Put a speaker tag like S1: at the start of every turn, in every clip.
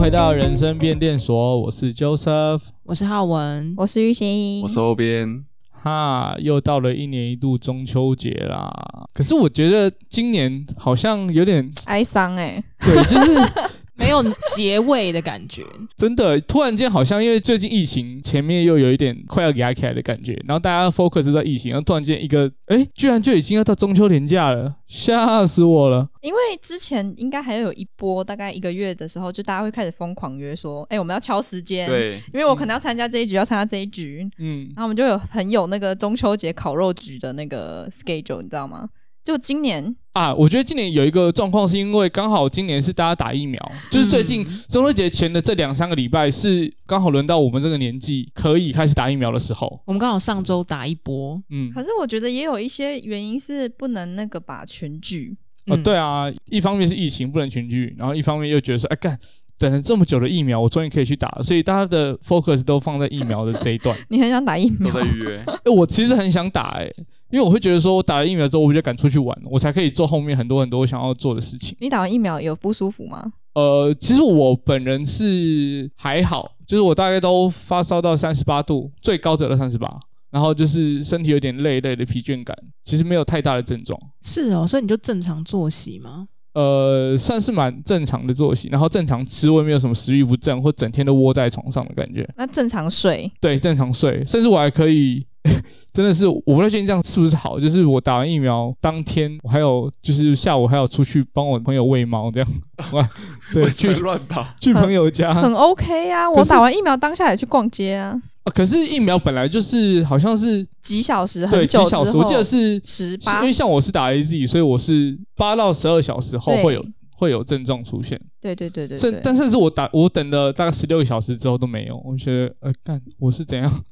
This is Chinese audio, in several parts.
S1: 回到人生变电所，我是 Joseph。
S2: 我是浩文，
S3: 我是玉兴，
S4: 我是后边，
S1: 哈，又到了一年一度中秋节啦。可是我觉得今年好像有 点
S3: 哀伤哎、
S1: 对，就是
S2: 没有结尾的感觉，
S1: 真的突然间好像因为最近疫情，前面又有一点快要压起来的感觉，然后大家 focus 在疫情，然后突然间一个，哎，居然就已经要到中秋连假了，吓死我了。
S3: 因为之前应该还有一波，大概一个月的时候，就大家会开始疯狂约说，哎、我们要敲时间，，
S4: 对，
S3: 因为我可能要参加这一局，要参加这一局，
S1: 嗯
S3: 然，后我们就有很有那个中秋节烤肉局的那个 schedule，你知道吗？就今年
S1: 啊，我觉得今年有一个状况，是因为刚好今年是大家打疫苗，就是最近
S3: 嗯
S1: 中秋节前的这两三个礼拜是刚好轮到我们这个年纪可以开始打疫苗的时候。
S2: 我们刚好上周打一波，
S1: 嗯，
S3: 可是我觉得也有一些原因是不能那个把群聚，
S1: 哦，
S2: 嗯
S1: 对啊，一方面是疫情不能群聚，然后一方面又觉得说，哎干，等了这么久的疫苗，我终于可以去打了，所以大家的 focus 都放在疫苗的这一 段。
S3: 你很想打疫
S4: 都
S3: 苗，
S4: 在预约。
S1: 哎、我其实很想打、哎，因为我会觉得说我打了疫苗之后，我比较敢出去玩，我才可以做后面很多很多我想要做的事情。
S3: 你打完疫苗有不舒服吗？
S1: 呃，其实我本人是还好，就是我大概都发烧到三十八度，最高者到三十八，然后就是身体有点累累的疲倦感，其实没有太大的症状。
S2: 是哦，所以你就正常作息吗？
S1: 呃，算是蛮正常的作息，然后正常吃，我也没有什么食欲不振或整天都窝在床上的感觉。
S3: 那正常睡，
S1: 对，正常睡，甚至我还可以， 真的是我不太确定这样是不是好。就是我打完疫苗当天，我还有就是下午还有出去帮我朋友喂猫，这样，哇， 对，
S4: 我才
S1: 去
S4: 乱跑，
S1: 去朋友家，
S3: 很 OK 啊。
S1: 嗯可
S3: 我
S1: 是
S3: 打完疫苗当下也去逛街啊，
S1: 啊可是疫苗本来就是好像是
S3: 几小时，
S1: 对
S3: 很
S1: 几
S3: 久之
S1: 小
S3: 后，
S1: 时，我记得是
S3: 十八
S1: 因为，像我是打 AZ，所以我是八到十二小时后
S3: 对
S1: 会有会有症状出现。
S3: 对对对对
S1: 甚
S3: 对，
S1: 但甚至我打我等了大概十六个小时之后都没有，我觉得呃干我是怎样？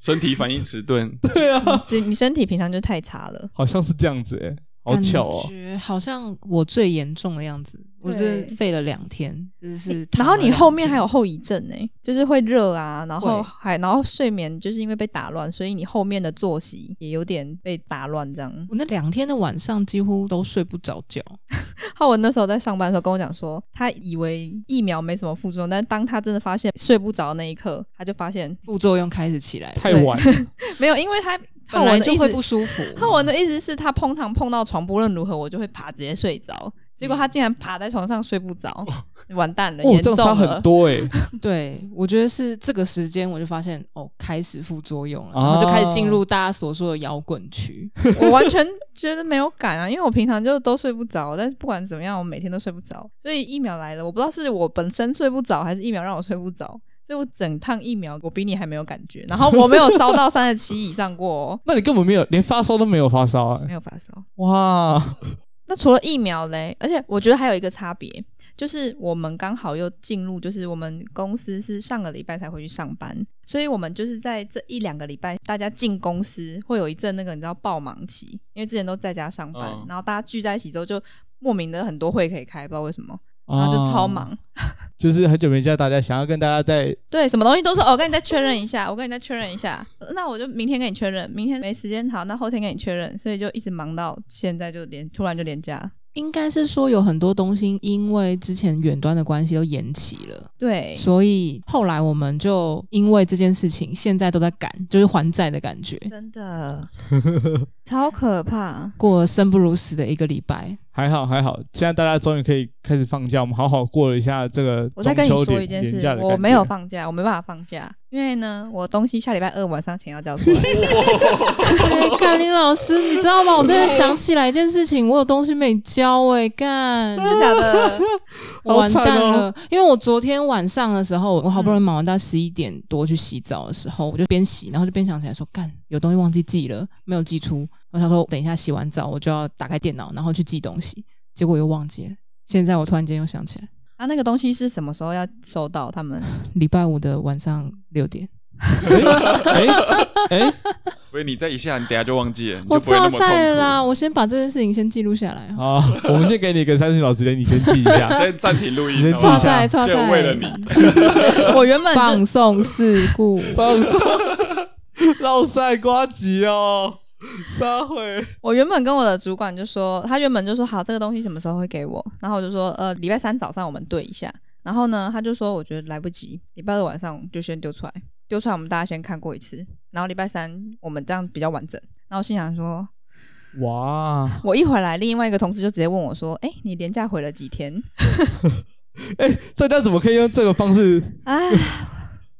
S4: 身体反应迟钝，
S1: 对啊，
S3: 这你身体平常就太差了。
S1: 好像是这样子哎、好巧哦
S2: 感、觉好像我最严重的样子，我这
S3: 对
S2: 废了两天，真的是。
S3: 然后你后面还有，后遗症呢、就是会热啊，然后
S2: 会
S3: 还然后睡眠就是因为被打乱，所以你后面的作息也有点被打乱这样。
S2: 我那两天的晚上几乎都睡不着觉，
S3: 浩文那时候在上班的时候跟我讲说，他以为疫苗没什么副作用，但当他真的发现睡不着那一刻，他就发现
S2: 副作用开始起来了，
S1: 太晚了，
S3: 没有，因为他
S2: 本
S3: 浩
S2: 来
S3: 文的
S2: 就
S3: 意
S2: 会
S3: 思
S2: 不，舒服。
S3: 浩文的意思是他碰糖碰到床，不论如何我就会爬直接睡着，结果他竟然爬在床上睡不着，完蛋了，
S1: 哦，
S3: 严
S1: 这
S3: 重
S1: 样差
S3: 了
S1: 很。多哎、
S2: 嗯对，我觉得是这个时间我就发现哦，开始副作用了，
S1: 啊
S2: 然后就开始进入大家所说的摇滚区。
S3: 我完全觉得没有感啊，因为我平常就都睡不着，但是不管怎么样，我每天都睡不着，所以疫苗来了，我不知道是我本身睡不着，还是疫苗让我睡不着。所以我整趟疫苗，我比你还没有感觉，然后我没有烧到三十七以上过、哦，
S1: 那你根本没有连发烧都没有发烧啊、
S3: 没有发烧。
S1: 哇，
S3: 那除了疫苗嘞，而且我觉得还有一个差别，就是我们刚好又进入，就是我们公司是上个礼拜才回去上班，所以我们就是在这一两个礼拜，大家进公司会有一阵那个你知道爆忙期，因为之前都在家上班，
S4: 嗯
S3: 然后大家聚在一起之后就。莫名的很多会可以开，不知道为什么，然后就超忙。
S1: 啊，就是很久没见到大家，想要跟大家在
S3: 对，什么东西都说，哦，我跟你再确认一下，我跟你再确认一下，那我就明天跟你确认，明天没时间，好，那后天跟你确认，所以就一直忙到现在就连突然就连假，
S2: 应该是说有很多东西因为之前远端的关系都延期了，
S3: 对，
S2: 所以后来我们就因为这件事情，现在都在赶，就是还债的感觉。
S3: 真 的超可怕。
S2: 过了生不如死的一个礼拜，
S1: 还好还好，现在大家终于可以开始放假，我们好好过了一下这个
S3: 我再跟你
S1: 中秋
S3: 说
S1: 连
S3: 一件
S1: 连
S3: 事
S1: 假，的
S3: 我
S1: 感
S3: 没有
S1: 觉
S3: 放假，我没办法放假，因为呢，我东西下礼拜二晚上前要交出 来。
S2: 哎，甘霖老师，你知道吗？我真的想起来一件事情，我有东西没交哎、干，
S3: 真的假的？
S2: 我完
S1: 好
S2: 蛋
S1: 惨
S2: 了
S1: 哦！嗯
S2: 因为我昨天晚上的时候，我好不容易忙完到十一点多去洗澡的时候，我就边洗，然后就边想起来说，干，有东西忘记寄了，没有寄出。我想说，等一下洗完澡我就要打开电脑，然后去寄东西，结果又忘记了。现在我突然间又想起来，
S3: 啊，那个东西是什么时候要收到？他 们
S2: 礼拜五的晚上六点，
S1: 哎哎、
S4: 所以你再一下，你等下就忘记了，你
S2: 我
S4: 就不会那
S2: 超
S4: 么
S2: 晒了啦！
S4: 痛哦
S2: 我先把这件事情先记录下来。
S1: 好，啊我们先给你个三十秒时间，你先记一
S4: 苦。
S1: 下。
S4: 先暂停录
S1: 你
S4: 音，
S1: 先
S4: 好不
S1: 记
S2: 超
S1: 一
S4: 好
S1: 下
S2: 晒，超
S4: 就
S2: 晒！
S4: 为了你，
S3: 我原本就
S2: 放送事故，
S1: 放松，绕晒瓜吉哦，撒会。
S3: 我原本跟我的主管就说，他原本就说好这个东西什么时候会给我，然后我就说呃礼拜三早上我们对一下，然后呢，他就说我觉得来不及，礼拜二晚上就先丢出来，丢出来我们大家先看过一次，然后礼拜三我们这样比较完整。然后我心想说，
S1: 哇，
S3: 我一回来，另外一个同事就直接问我说：“哎、你连假回了几天
S1: 哎、大家怎么可以用这个方式？？”
S3: 啊，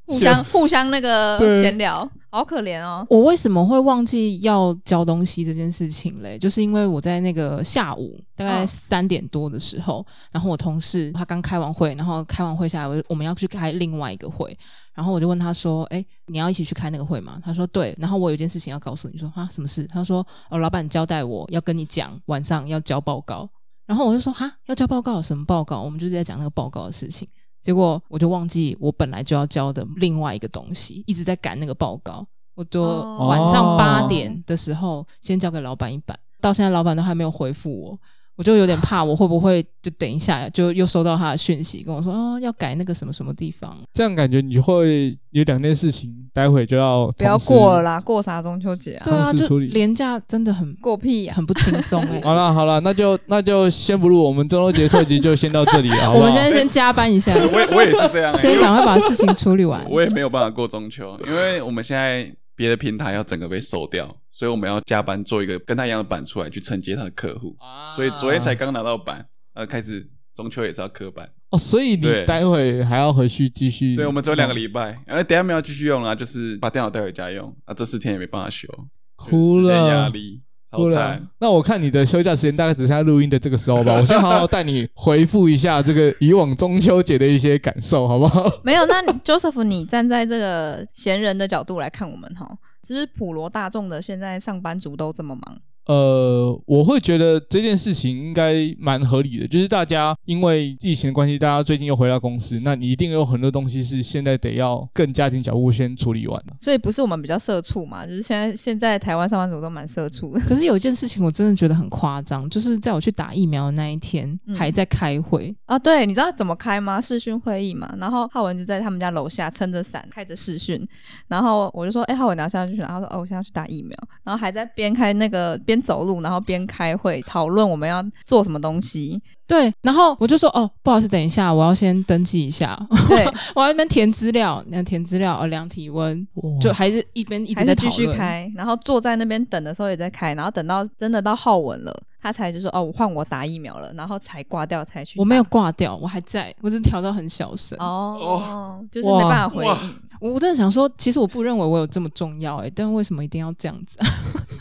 S3: 互相互相那个
S1: 啊对
S3: 闲聊，好可怜哦。
S2: 我为什么会忘记要交东西这件事情嘞？就是因为我在那个下午大概
S3: 嗯
S2: 三点多的时候，然后我同事他刚开完会，然后开完会下来，我就我们要去开另外一个会，然后我就问他说：“哎、你要一起去开那个会吗？”他说：“对。”然后我有一件事情要告诉你说：“啊，什么事？”他说：“哦，老板交代我要跟你讲，晚上要交报告。”然后我就说：“哈，要交报告？什么报告？”我们就是在讲那个报告的事情。结果我就忘记我本来就要交的另外一个东西，一直在赶那个报告。我就
S3: 哦
S2: 晚上八
S1: 哦
S2: 点的时候先交给老板一版，到现在老板都还没有回复我，我就有点怕我会不会就等一下就又收到他的讯息跟我说哦要改那个什么什么地方，
S1: 这样感觉你会有两件事情，待会就要
S3: 不要
S1: 同时
S3: 过了。啦，过啥中秋节啊？
S2: 对啊，
S1: 方式
S2: 就
S1: 处理
S2: 廉价真的很
S3: 过屁啊呀、
S2: 很不轻松哎、
S1: 好了好了，那就那就先不录，我们中秋节特辑就先到这里，啊好不
S2: 我
S1: 好？
S2: 们现在先加班一下，
S4: 我也我也是这样、
S2: 先
S4: 欸，
S2: 赶快把事情处理完。
S4: 我也没有办法过中秋，因为我们现在别的平台要整个被收掉，所以我们要加班做一个跟他一样的版出来，去承接他的客户。
S1: 啊
S4: 所以昨天才刚拿到版，呃，开始中秋也是要刻版。
S1: 哦，所以你
S4: 对
S1: 待会还要回去继续。
S4: 对，我们只有两个礼拜，然后等一下没有继续用啦，就是把电脑带回家用啊，这四天也没办法休，
S1: 哭
S4: 就是时间
S1: 了，
S4: 压力
S1: 哭
S4: 超
S1: 了
S4: 惨。。
S1: 那我看你的休假时间大概只剩下录音的这个时候 吧。我先好好带你回复一下这个以往中秋节的一些感受，好不好？
S3: 没有，那你 Joseph，你站在这个闲人的角度来看我们哈，是不是普罗大众的现在上班族都这么忙？
S1: 呃，我会觉得这件事情应该蛮合理的，就是大家因为疫情的关系，大家最近又回到公司，那你一定有很多东西是现在得要更加紧脚步先处理完的。
S3: 所以不是我们比较社畜嘛？就是现在现在台湾上班族都蛮社畜的。
S2: 可是有一件事情我真的觉得很夸张，就是在我去打疫苗的那一天、
S3: 嗯
S2: 还在开会，
S3: 啊，对，你知道怎么开吗？视讯会议嘛，然后浩文就在他们家楼下撑着伞开着视讯，然后我就说，哎、浩文你要下去哪？他说，哦，我现在要去打疫苗，然后还在边开那个边走路，然后边开会讨论我们要做什么东西。
S2: 对，然后我就说哦，不好意思，等一下，我要先登记一下，
S3: 对，
S2: 我要那边填资料，那填资料，哦，量体温，就还是一边一直
S3: 还
S2: 在
S3: 是
S2: 讨
S3: 继
S2: 论
S3: 续。开，然后坐在那边等的时候也在开，然后等到真的到浩文了，他才就说，哦，我换我打疫苗了，然后才挂掉才去。
S2: 我没有挂掉，我还在，我只是调到很小声。
S3: 哦，就是没办法回
S4: 哇
S3: 应。
S2: 我我真的想说，其实我不认为我有这么重要哎、但为什么一定要这样子、啊？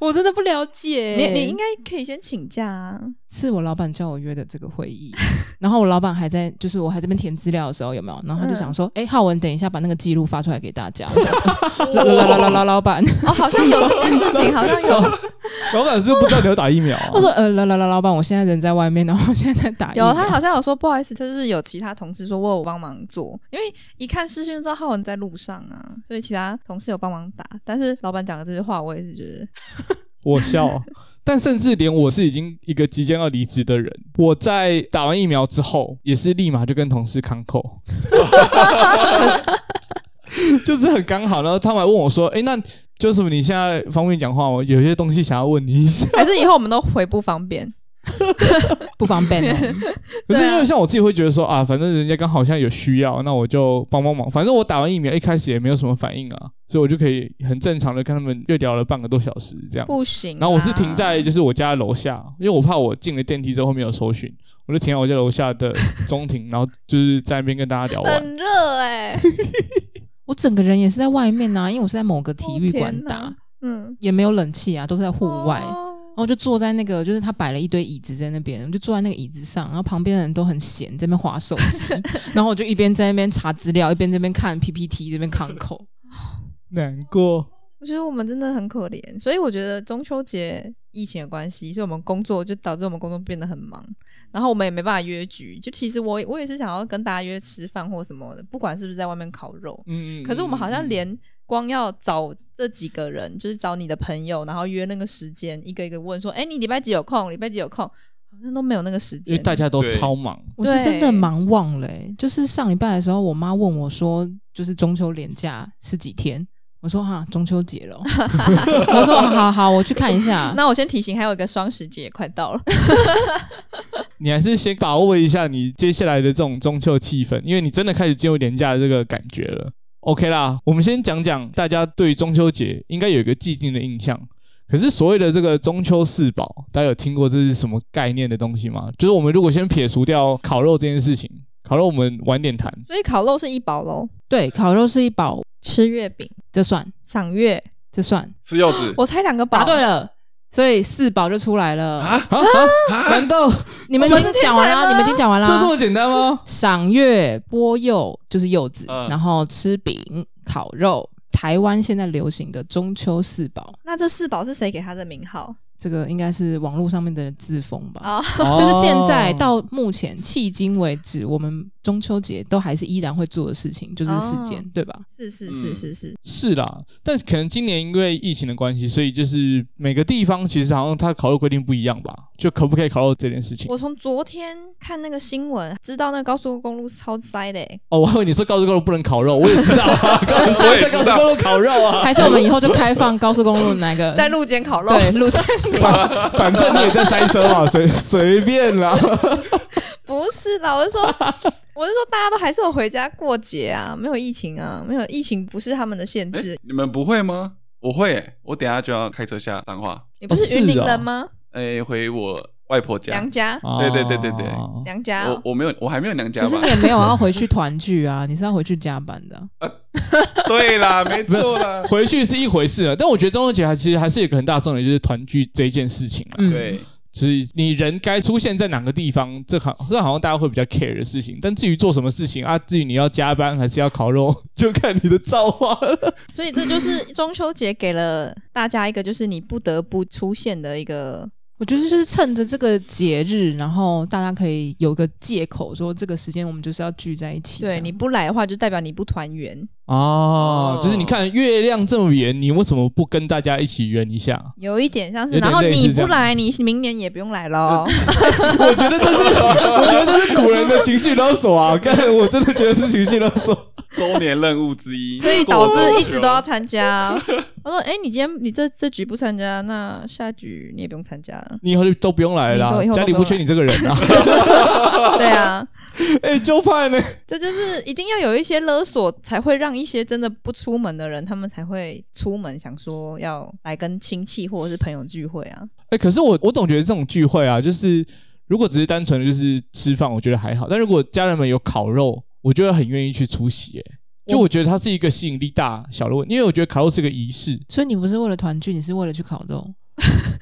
S2: 我真的不了解、欸
S3: 你你应该可以先请假啊。
S2: 是我老板叫我约的这个会议，然后我老板还在，就是我还这边填资料的时候有没有？然后他就想说，哎、浩文，等一下把那个记录发出来给大家。老老老老老老板，
S3: 哦，好像有这件事 情，好像有。
S1: 老板是不知道你要打疫苗、 啊
S2: 我说，呃，老老老老板，我现在人在外面，然后我现在在打疫苗。
S1: 哎
S3: 有，他好像有说不好意思，就是有其他同事说我有帮忙做，因为一看视讯就知道浩文在路上啊，所以其他同事有帮忙打。但是老板讲的这句话，我也是觉得
S1: 我笑。但甚至连我是已经一个即将要离职的人，我在打完疫苗之后，也是立马就跟同事康扣， 就是很刚好。然后他们还问我说：“诶，那就是你现在方便讲话吗？我有些东西想要问你一 下。
S3: 还是以后我们都回不 方便。
S2: 不方便哦、”
S1: 可
S3: 对啊
S1: 是因为像我自己会觉得说啊，反正人家刚好像有需要，那我就帮帮忙。反正我打完疫苗一开始也没有什么反应啊，所以我就可以很正常的跟他们又聊了半个多小时这样。
S3: 不行、啊
S1: 然后我是停在。就是我家楼下，因为我怕我进了电梯之后后面有搜寻，我就停在我家楼下的中庭，然后就是在那边跟大家聊完。
S3: 很热哎、
S2: 我整个人也是在外面呐、因为我是在某个体育馆
S3: 哦天
S2: 打
S3: 哪，嗯，
S2: 也没有冷气啊，都是在户外。
S3: 哦
S2: 然后就坐在那个，就是他摆了一堆椅子在那边，我就坐在那个椅子上，然后旁边的人都很闲，在那边划手机，然后我就一边在那边查资料，一边在那边看 PPT，这边看口。
S1: 难
S3: 嗯
S1: 过，
S3: 我觉得我们真的很可怜，所以我觉得中秋节疫情的关系，所以我们工作就导致我们工作变得很忙，然后我们也没办法约局。就其实我我也是想要跟大家约吃饭或什么的，不管是不是在外面烤肉，
S1: 嗯。
S3: 可是我们好像
S1: 嗯
S3: 连光要找这几个人，就是找你的朋友，然后约那个时间，一个一个问说，哎、你礼拜几有空？礼拜几有空？好像都没有那个时
S1: 因
S3: 间
S1: 为。大家都
S4: 对
S1: 超忙，
S2: 我是真的
S3: 对
S2: 忙忘了、欸，就是上礼拜的时候，我妈问我说，就是中秋连假是几天？我说哈，中秋节 了哦。我说好好好，我去看一下。
S3: 那我先提醒，还有一个双十节也快到了，
S1: 你还是先把握一下你接下来的这种中秋气氛，因为你真的开始进入年假的这个感觉了。OK 啦，我们先讲讲大家对于中秋节应该有一个既定的印象。可是所谓的这个中秋四宝，大家有听过这是什么概念的东西吗？就是我们如果先撇除掉烤肉这件事情，烤肉我们晚点谈。
S3: 所以烤肉是一宝喽，
S2: 对，烤肉是一宝，
S3: 吃月饼、
S2: 这算
S3: 赏月，
S2: 这算
S4: 吃柚子
S3: 我猜两个
S2: 答
S3: 宝。
S2: 对了，所以四宝就出来了。
S4: 啊，
S1: 啊啊！难 道就
S2: 你们已
S3: 我
S2: 经
S3: 是天
S2: 讲完
S3: 才
S2: 啦，
S3: 吗
S2: 你们已经讲完啦。
S1: 这么简单吗？
S2: 赏月、剥柚就是柚子，
S4: 嗯
S2: 然后吃饼、烤肉。台湾现在流行的中秋四宝，
S3: 那这四宝是谁给他的名号
S2: 这个应该是网络上面的人自封吧。
S3: 啊？
S2: 就是现在
S1: 哦
S2: 到目前迄今为止，我们中秋节都还是依然会做的事情，就是四件，对吧？
S3: 是是是
S4: 嗯
S3: 是是，
S1: 是啦，但可能今年因为疫情的关系，所以就是每个地方其实好像它烤肉规定不一样吧，就可不可以烤肉这件事情。
S3: 我从昨天看那个新闻，知道那个高速公路超塞的、欸，
S1: 哦，我还以为你说高速公路不能烤肉，我也知道啊，高速
S4: 我也
S1: 在高
S4: 知
S1: 速
S4: 道
S1: 公路烤肉啊，
S2: 还是我们以后就开放高速公路哪个
S3: 在路肩烤肉，
S2: 嗯对路上
S1: 反反正你也在塞车 嘛，随随便啦。
S3: 不是啦，我是说， 我是说，大家都还是有回家过节啊，没有疫情啊，没有疫情不是他们的限制。
S4: 哎你们不会吗？我会耶，我等一下就要开车下彰化，
S3: 你不是云
S1: 哦
S3: 林
S1: 啊
S3: 人吗？
S4: 哎，回我外婆家
S3: 娘。家，
S4: 对对对对对
S1: 哦
S3: 娘家
S4: 我
S3: 哦，
S4: 我没有，我还没有娘家
S2: 可是
S4: 吧
S2: 你？也没有要回去团聚啊，你是要回去加班的。
S4: 对 啦，没错啦。
S1: 回去是一回事啊，但我觉得中秋节还其实还是有一个很大的重点，就是团聚这一件事情啊。
S2: 嗯，
S4: 对，
S1: 所以你人该出现在哪个地方，这好这好像大家会比较 care 的事情。但至于做什么事情啊，至于你要加班还是要烤肉， 就看你的造化了。
S3: 所以这就是中秋节给了大家一个就是你不得不出现的一个，
S2: 我觉得就是趁着这个节日，然后大家可以有个借口，说这个时间我们就是要聚在一起。这
S3: 对
S2: 样
S3: 你不来的话就代表你不团圆，
S1: 哦
S4: 哦，
S1: 就是你看月亮这么圆，你为什么不跟大家一起圆一下？
S3: 有一点像是，
S1: 有点
S3: 然后
S1: 类似
S3: 你
S1: 这样
S3: 不
S1: 呃
S3: 来，你明年也不用来喽。
S1: 我觉得这是，我觉得这是古人的情绪勒索 啊！看，我真的觉得是情绪勒索。
S4: 周年任务之一，
S3: 所以导致一直都要参加。我说：“哎、你今天你这这局不参加，那下局你也不用参
S1: 。
S3: 加了
S1: 你以后就都不用来啦、
S3: 你以后
S1: 家
S3: 都不用来
S1: 里不缺你这个人啊！”
S3: 对啊，
S1: 哎、就怕呢。
S3: 这就是一定要有一些勒索，才会让一些真的不出门的人，他们才会出门，想说要来跟亲戚或者是朋友聚会啊。
S1: 哎、可是我我总觉得这种聚会啊，就是如果只是单纯的就是吃饭，我觉得还好；但如果家人们有烤肉，我觉得很愿意去出席、哎，就我觉得它是一个吸引力大小的问因为我觉得烤肉是个仪式，
S2: 所以你不是为了团聚，你是为了去烤肉。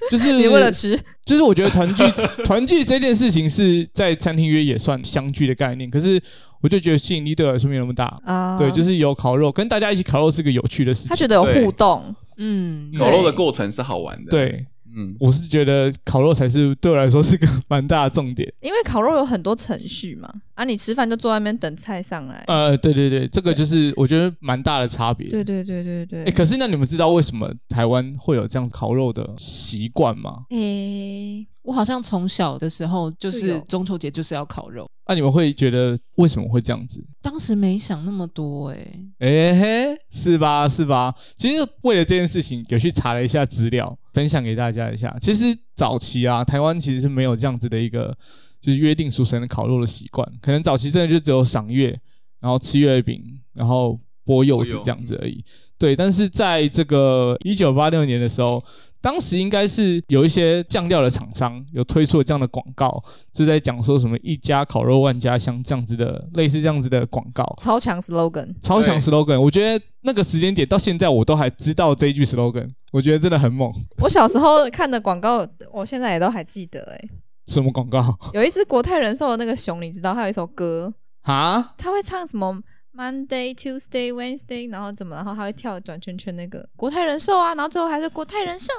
S1: 就是
S3: 你为了吃，
S1: 就是我觉得团聚 团聚这件事情是在餐厅约也算相聚的概念，可是我就觉得吸引力对我来说没有那么大。
S3: 啊
S1: 对，就是有烤肉，跟大家一起烤肉是个有趣的事
S3: 他
S1: 情。
S3: 觉得有互动，
S2: 嗯，
S4: 烤肉的过程是好玩的。，
S1: 对，
S4: 嗯，
S1: 我是觉得烤肉才是对我来说是个 蛮大的重点。
S3: 因为烤肉有很多程序嘛，啊，你吃饭就坐在那边等菜上来。
S1: 呃，对对对，这个就是我觉得蛮大的差别。
S3: 对对对对对。
S1: 哎诶可是那你们知道为什么台湾会有这样烤肉的习惯吗？
S3: 诶
S2: 我好像从小的时候就是是
S3: 有
S2: 中秋节就是要烤肉，
S1: 那、你们会觉得为什么会这样子？
S2: 当时没想那么多哎、
S1: 诶嘿，是吧？是吧？其实为了这件事情，有去查了一下资料，分享给大家一下。其实早期啊，台湾其实是没有这样子的一个就是约定俗成的烤肉的习惯，可能早期真的就只有赏月，然后吃月饼，然后剥柚嗯子这样子而已。对，但是在这个一九八六年的时候。当时应该是有一些酱料的厂商有推出了这样的广告，是在讲说什么一家烤肉万家香这样子的类似这样子的广告，
S3: 超强 slogan，
S1: 超强
S4: 对
S1: slogan，我觉得那个时间点到现在我都还知道这一句 slogan，我觉得真的很猛。
S3: 我小时候看的广告，我现在也都还记得、诶
S1: 什么广告？
S3: 有一只国泰人寿的那个熊，你知道，它有一首歌，
S1: 哈？
S3: 它会唱什么 Monday、Tuesday、Wednesday，然后怎么，然后它会跳转圈圈那个国泰人寿啊，然后最后还是国泰人寿，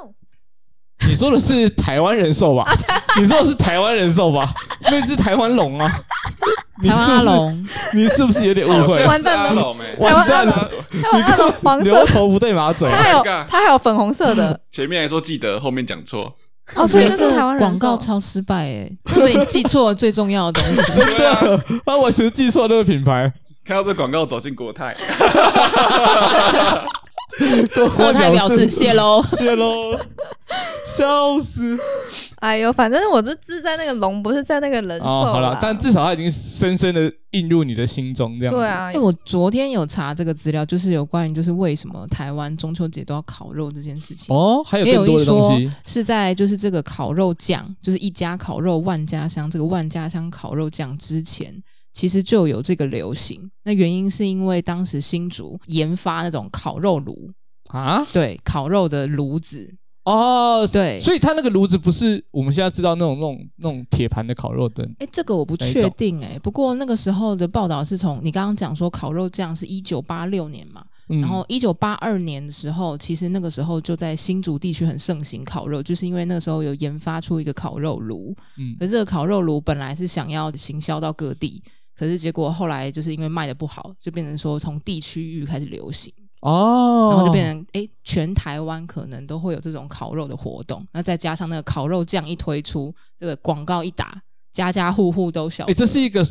S1: 你说的是台湾人寿吧？你说的是台湾人寿吧？那只台湾龙啊？你
S2: 台
S1: 是
S2: 湾阿
S1: 不
S2: 龙，
S1: 是你是不是有点误
S4: 哦
S1: 会？
S3: 完蛋了
S4: 我
S3: 台
S1: 完
S3: 湾阿
S1: 蛋
S3: 龙，
S1: 了，
S3: 台湾阿龙黄
S1: 牛
S3: 色，
S1: 头不对马嘴
S3: 它
S1: 啊。
S3: 还有
S4: 好尴尬
S3: 它还有粉红 色的
S4: 前面还说记得，后面讲错。
S3: 哦，所以那是台湾人
S2: 广
S3: 寿
S2: 告超失败哎、 或者你记错了最重要的东 西。
S1: 真的，他完全记错那个品牌，
S4: 看到这广告走进国泰，
S1: 国
S2: 国泰表示谢喽。
S1: 谢喽，笑死！
S3: 哎呦，反正我这志在那个龙，不是在那个人兽啦、
S1: 哦，好了，但至少它已经深深的印入你的心中，这样子
S3: 对，啊
S2: 哎、，我昨天有查这个资料，就是有关于就是为什么台湾中秋节都要烤肉这件事情。
S1: 哦，还有更多的东
S2: 也
S1: 西，
S2: 是在就是这个烤肉酱，就是一家烤肉万家香，这个万家香烤肉酱之前，其实就有这个流行。那原因是因为当时新竹研发那种烤肉炉，
S1: 啊，
S2: 对，烤肉的炉子，
S1: 哦，
S2: 对。
S1: 所以它那个炉子不是我们现在知道那种那种那种铁盘的烤肉灯，
S2: 哎，这个我不
S1: 哪一
S2: 确
S1: 种
S2: 定哎、不过那个时候的报道是从你刚刚讲说烤肉酱是一九八六年嘛，
S1: 嗯
S2: 然后一九八二年的时候，其实那个时候就在新竹地区很盛行烤肉，就是因为那个时候有研发出一个烤肉炉，
S1: 嗯
S2: 可是这个烤肉炉本来是想要行销到各地，可是结果后来就是因为卖的不好，就变成说从地区域开始流行，
S1: 哦，
S2: 然后就变成诶，全台湾可能都会有这种烤肉的活动。那再加上那个烤肉酱一推出，这个广告一打，家家户户都晓
S1: 哎、
S2: 得。
S1: 这是一个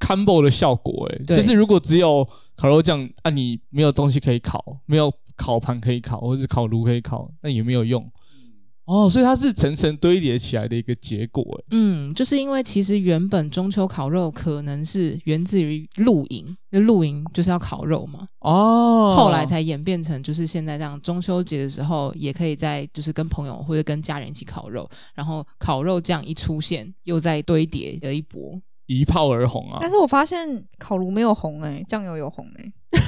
S1: combo 的效果、欸，
S2: 对
S1: 就是如果只有烤肉酱，啊，你没有东西可以烤，没有烤盘可以烤，或者是烤炉可以烤，那也没有用。
S2: 嗯
S1: 哦，所以它是层层堆叠起来的一个结果、欸，
S2: 嗯，就是因为其实原本中秋烤肉可能是源自于露营，那露营就是要烤肉嘛，
S1: 哦，
S2: 后来才演变成就是现在这样，中秋节的时候也可以在就是跟朋友或者跟家人一起烤肉，然后烤肉酱一出现，又在堆叠了一波。
S1: 一炮而红啊
S3: 但。是我发现烤炉没有红哎、酱油有红哎、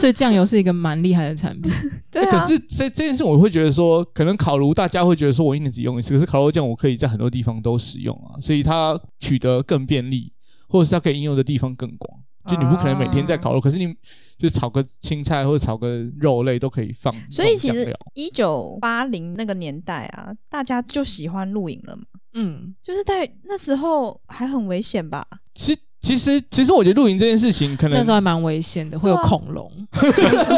S2: 所以酱油是一个蛮厉害的产品，
S3: 对
S1: 欸
S3: 啊，
S1: 可是这这件事，我会觉得说，可能烤炉大家会觉得说我一年只用一次，可是烤肉酱我可以在很多地方都使用啊，所以它取得更便利，或者是它可以应用的地方更广。就你不可能每天在烤肉，
S3: 啊
S1: 可是你就炒个青菜或者炒个肉类都可以放。
S3: 所以其
S1: 放酱
S3: 实
S1: 料
S3: 一九八零那个年代啊，大家就喜欢露营了嘛，
S2: 嗯，
S3: 就是在那时候还很危险吧？
S1: 其实其实其实我觉得露营这件事情，可能啊
S2: 那时候还蛮危险的，会有恐龙。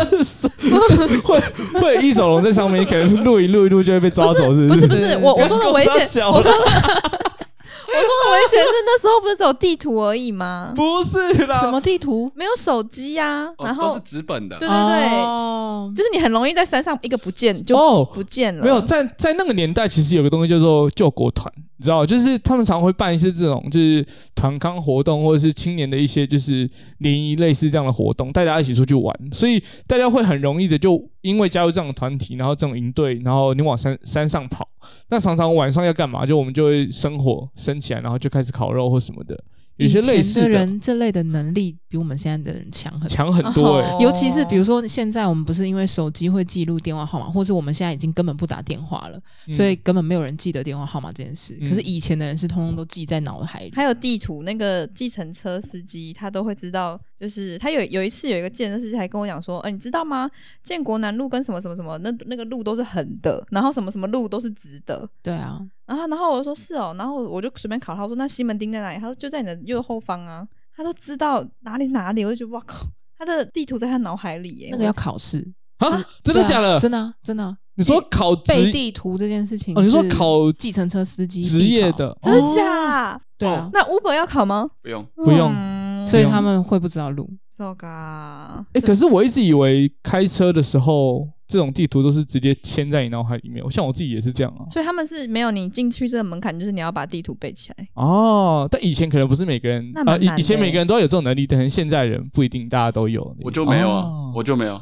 S1: 会会有一手龙在上面，你可能录一录一录就会被抓走，是
S3: 不是
S1: 是
S3: 不是，我我说的危险，
S1: 干够大小
S3: 我 说的我说的危险是那时候不是只有地图而已吗？
S1: 不是啦，
S2: 什么地图？
S3: 没有手机呀、
S4: 哦
S3: 然
S4: 都
S3: 后
S4: 是纸本的
S3: 对，对对
S2: 哦
S3: 就是你很容易在山上一个不见就
S1: 哦，
S3: 不见了，
S2: 嗯
S1: 没有，在在那个年代，其实有个东西叫做救国团，你知道，就是他们常会办一些这种就是团康活动，或者是青年的一些就是联谊类似这样的活动，带大家一起出去玩，所以大家会很容易的就因为加入这种团体，然后这种营队，然后你往山山上跑。那常常晚上要干嘛？就我们就会生火升起来，然后就开始烤肉或什么的，有些类
S2: 以前
S1: 似
S2: 的人这类的能力比我们现在的人强很多。
S1: 强很多哎、
S3: 哦
S2: 尤其是比如说，现在我们不是因为手机会记录电话号码，或是我们现在已经根本不打电话了，
S1: 嗯
S2: 所以根本没有人记得电话号码这件事。
S1: 嗯
S2: 可是以前的人是通通都记在脑海里。
S3: 还有地图，那个计程车司机他都会知道，就是他有有一次有一个健身司机还跟我讲说，呃，你知道吗？建国南路跟什么什么什么那那个路都是横的，然后什么什么路都是直的。
S2: 对啊，
S3: 然后然后我就说是哦，然后我就随便考他，我说那西门町在哪里？他说就在你的右后方啊，他都知道哪里哪里，我就觉得哇靠，他的地图在他脑海里耶。
S2: 那个要考试，
S1: 啊，真的
S2: 对啊
S1: 假的？
S2: 真的啊真的啊
S1: 你说考职
S2: 背地图这件事情
S1: 哦，你说
S2: 是
S1: 考
S2: 计程车司机
S1: 职
S2: 必
S1: 业
S2: 考
S1: 的，
S3: 我真的
S1: 哦
S3: 假？
S2: 对啊，
S3: 那 Uber 要考吗？
S4: 不用。
S1: 不用哦
S3: 嗯
S2: 所以他们会不知道路。
S3: so ga，
S1: 哎、可是我一直以为开车的时候，这种地图都是直接嵌在你脑海里面。像我自己也是这样啊。
S3: 所以他们是没有你进去这个门槛，就是你要把地图背起来。
S1: 哦，但以前可能不是每个人
S3: 那
S1: 啊、
S3: 蛮
S1: 以
S3: 难
S1: 以前
S3: 的
S1: 每个人都有这种能力，但是现在人不一定大家都有。
S4: 我就没有啊，
S1: 哦
S4: 我就没有，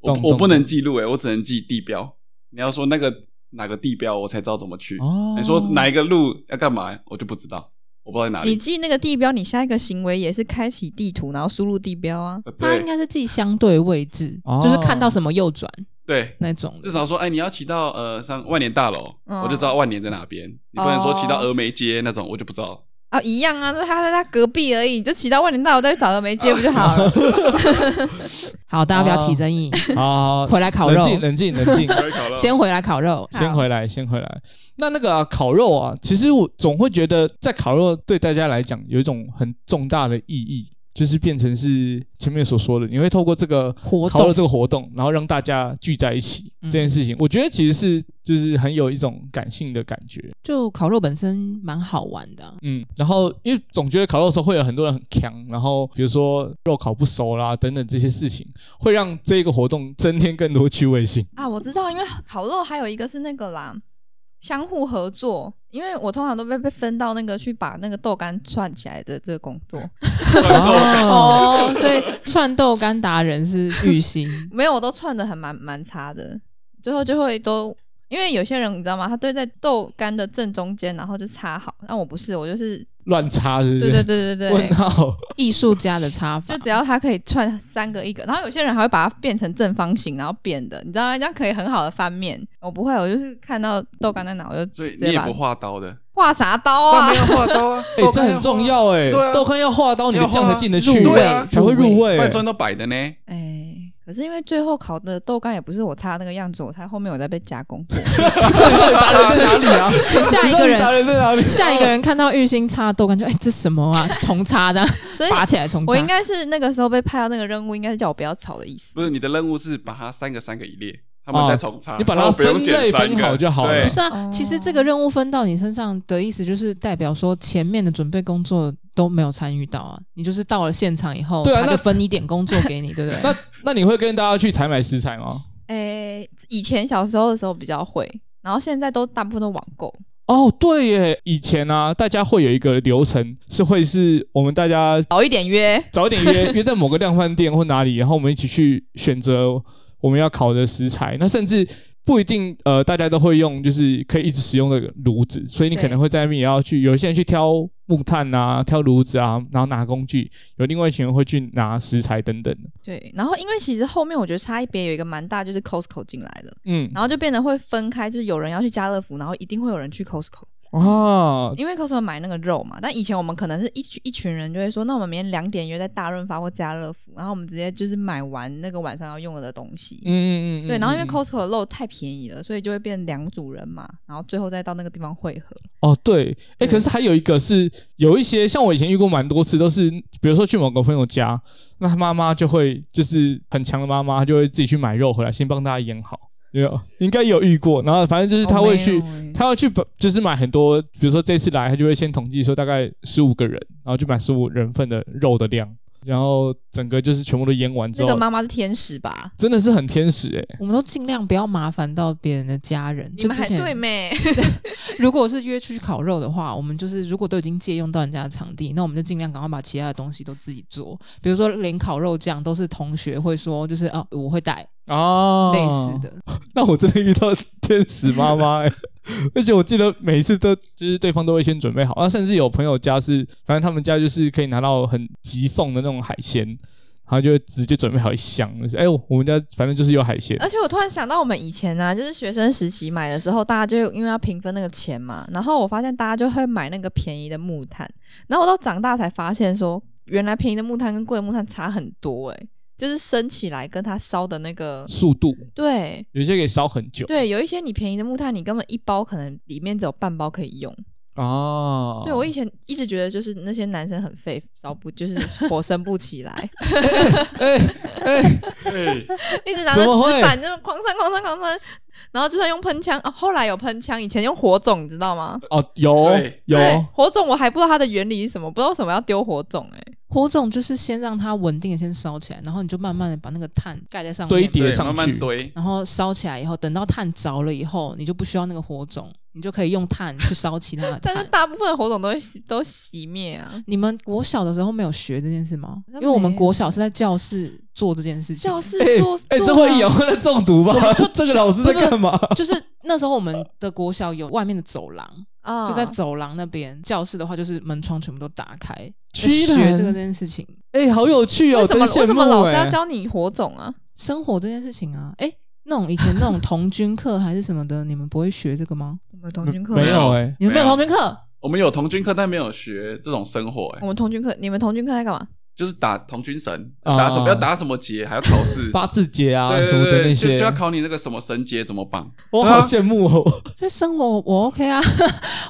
S4: 我
S1: 懂懂
S4: 我不能
S1: 懂
S4: 记录欸诶、我只能记地标。你要说那个哪个地标，我才知道怎么去。
S1: 哦
S4: 你说 哪一个路要干嘛，我就不知道，我不知道在哪
S3: 你
S4: 里。
S3: 记那个地标，你下一个行为也是开启地图，然后输入地标啊。
S4: 呃
S2: 他应
S4: 对
S2: 该是记相对位置，
S1: 哦
S2: 就是看到什么右转
S4: 对，
S2: 那种的
S4: 至。少说，哎，你要骑到呃上万年大楼，
S3: 嗯
S4: 我就知道万年在哪边。你不能说骑到
S1: 哦
S4: 峨眉街那种，我就不知道。
S3: 啊，一样啊，那他在他隔壁而已，你就骑到万年大楼再去找峨眉街不就好了？
S2: 好，大家不要起争议，
S1: 啊，
S2: 回来烤
S1: 冷
S2: 肉，
S1: 静冷静 冷静，
S2: 先回来烤肉。
S3: 好
S1: 先回来先回来。那那个啊、烤肉啊，其实我总会觉得，在烤肉对大家来讲有一种很重大的意义，就是变成是前面所说的，你会透过这个
S2: 活
S1: 烤肉
S2: 动
S1: 这个活动，然后让大家聚在一起、
S2: 嗯
S1: 这件事情，我觉得其实是就是很有一种感性的感觉，
S2: 就烤肉本身蛮好玩的啊、
S1: 嗯，然后因为总觉得烤肉的时候会有很多人很强，然后比如说肉烤不熟啦等等这些事情，会让这个活动增添更多趣味性。
S3: 啊，我知道，因为烤肉还有一个是那个啦，相互合作，因为我通常都被被分到那个去把那个豆干串起来的这个工作。
S4: 嗯
S1: 哦，
S2: 哦，所以串豆干达人是玉 兴，
S3: 没有，我都串的很蛮蛮差的，最后就会都因为有些人你知道吗？他对在豆干的正中间，然后就插好。但我不是，我就是
S1: 乱插是不
S3: 对
S1: 是？
S3: 对对对对
S1: 问，号，
S2: 艺术家的插法
S3: 就。只要它可以串三个一个，然后有些人还会把它变成正方形，然后扁的，你知道吗？这样可以很好的翻面。我不会，我就是看到豆干在哪，我就
S4: 所以
S3: 直
S4: 你
S3: 接
S4: 也
S3: 把
S4: 不画刀的，
S3: 画啥刀啊
S4: 没？有画刀啊，
S1: 哦 哎，这很重要哎
S4: 对啊，
S1: 豆干要画刀，你的酱才进得去，
S2: 入味
S4: 对啊
S1: 才会入味
S4: 不
S1: 哎
S4: 然。砖都摆的呢。
S3: 哎，可是因为最后烤的豆干也不是我插那个样子，我猜后面我在被加工。
S1: 达人在哪里啊？
S2: 下一个
S1: 你到底达
S2: 人，
S1: 人在哪里？
S2: 下一个人看到玉兴插豆干就，哎，这什么 啊？重插这样
S3: 所以
S2: 拔起来重插
S3: 哎我。应该是那个时候被派到那个任务，应该是叫我不要吵的意思。
S4: 不是你的任务是把它三个三个一列，他们再重插，
S1: 哦你把它
S4: 然后不用
S1: 分类
S4: 剪三
S1: 分
S4: 个
S1: 好就好了
S4: 对
S2: 不是啊
S3: 哦，
S2: 其实这个任务分到你身上的意思，就是代表说前面的准备工作都没有参与到啊，你就是到了现场以后，
S1: 对啊
S2: 他就
S1: 那
S2: 分你点工作给你，对不对？
S1: 那那你会跟大家去采买食材吗？
S3: 哎，以前小时候的时候比较会，然后现在都大部分都网购。
S1: 哦，对耶，以前啊，大家会有一个流程，是会是我们大家
S3: 早一点约，
S1: 早一点约约在某个量贩店或哪里，然后我们一起去选择我们要烤的食材。那甚至不一定呃，大家都会用，就是可以一直使用的炉子，所以你
S3: 对
S1: 可能会在那边也要去，有一些人去挑木炭啊，挑炉子啊，然后拿工具；有另外一群人会去拿食材等等的。
S3: 对。然后因为其实后面我觉得差一别有一个蛮大，就是 Costco 进来了，
S1: 嗯
S3: 然后就变得会分开，就是有人要去家乐福，然后一定会有人去 Costco，
S1: 啊，
S3: 因为 Costco 买那个肉嘛。但以前我们可能是一群一群人就会说，那我们明天两点约在大润发或家乐福，然后我们直接就是买完那个晚上要用的东西。
S1: 嗯嗯嗯，
S3: 对，
S1: 嗯
S3: 然后因为
S1: 嗯
S3: Costco 的肉太便宜了，所以就会变两组人嘛，然后最后再到那个地方汇合。
S1: 哦，对，哎，
S3: 对
S1: 可是还有一个是有一些像我以前遇过蛮多次，都是比如说去某个朋友家，那他妈妈就会就是很强的妈妈，她就会自己去买肉回来，先帮大家腌好，有应该有遇过，然后反正就是他会去
S3: 哦，没有欸
S1: 他要去把就是买很多，比如说这次来，他就会先统计说大概十五个人，然后就买十五人份的肉的量，然后整个就是全部都腌完之
S3: 那个
S1: 后，
S3: 妈妈是天使吧？
S1: 真的是很天使哎、
S2: 我们都尽量不要麻烦到别人的家人。
S3: 你
S2: 就
S3: 们
S2: 之
S3: 还
S2: 前
S3: 对妹？
S2: 如果是约出去烤肉的话，我们就是如果都已经借用到人家的场地，那我们就尽量赶快把其他的东西都自己做。比如说，连烤肉酱都是同学会说，就是哦，我会带
S1: 哦
S2: 类似的。
S1: 那我真的遇到天使妈妈 哎、而且我记得每一次都就是对方都会先准备好，啊，甚至有朋友家是，反正他们家就是可以拿到很急送的那种海鲜，然后就会直接准备好一箱，就是哎、我们家反正就是有海鲜，
S3: 而且我突然想到，我们以前啊，就是学生时期买的时候，大家就因为要平分那个钱嘛，然后我发现大家就会买那个便宜的木炭，然后我到长大才发现说，原来便宜的木炭跟贵的木炭差很多诶、就是升起来跟它烧的那个，
S1: 速度
S3: 对
S1: 有些可以烧很久
S3: 对，有一些你便宜的木炭，你根本一包可能里面只有半包可以用。
S1: 啊。
S3: 对我以前一直觉得就是那些男生很废，烧不就是火升不起 来，
S1: 哎哎、
S4: 对，
S3: 一直拿着
S1: 怎么会
S3: 纸板就是狂扇狂扇狂扇，然后就算用喷枪哦，后来有喷枪，以前用火种，你知道吗？
S1: 哦有
S4: 对
S1: 有
S3: 对火种我还不知道它的原理是什么，不知道为什么要丢火种哎、
S2: 火种就是先让它稳定的先烧起来，然后你就慢慢的把那个炭盖在上面
S1: 堆
S2: 嘛，
S1: 叠上去
S4: 慢慢堆。
S2: 然后烧起来以后，等到炭着了以后，你就不需要那个火种，你就可以用炭去烧其他的
S3: 但
S1: 哎
S3: 是
S2: 炭。
S3: 大部分的火种都会熄都熄灭啊。
S2: 你们国小的时候没有学这件事吗？
S3: 好像
S2: 因为我们
S3: 没有
S2: 国小是在教室做这件事情，
S3: 教室
S1: 哎
S3: 做
S1: 哎、
S3: 做
S1: 这
S3: 啊
S1: 会一氧化碳中毒吧？ 这个老师在干嘛？
S2: 就是那时候我们的国小有外面的走廊，
S3: 啊，
S2: 就在走廊那边。教室的话就是门窗全部都打开，
S1: 居
S2: 在学
S1: 然
S2: 这个这件事情，
S1: 哎、好有趣哦！
S3: 为什么
S1: 真羡慕
S3: 为什么老师要
S1: 哎
S3: 教你火种啊？
S2: 生活这件事情啊，哎、那种以前那种童军课还是什么的，你们不会学这个吗？
S3: 我们童军课
S1: 没有哎、
S2: 你们没有
S4: 没有
S2: 童军课？
S4: 我们有童军课，但没有学这种生活、
S3: 我
S4: 欸，
S3: 们童军课，你们童军课在干嘛？
S4: 就是打童军绳，
S1: 啊
S4: 打什么要打什么结，还要考试
S1: 八字节啊
S4: 对
S1: 什么
S4: 对
S1: 的
S4: 对，
S1: 那
S4: 就
S1: 些，
S4: 就要考你那个什么绳结怎 么绑。
S1: 我好羡慕哦！
S2: 所以生活我 OK 啊，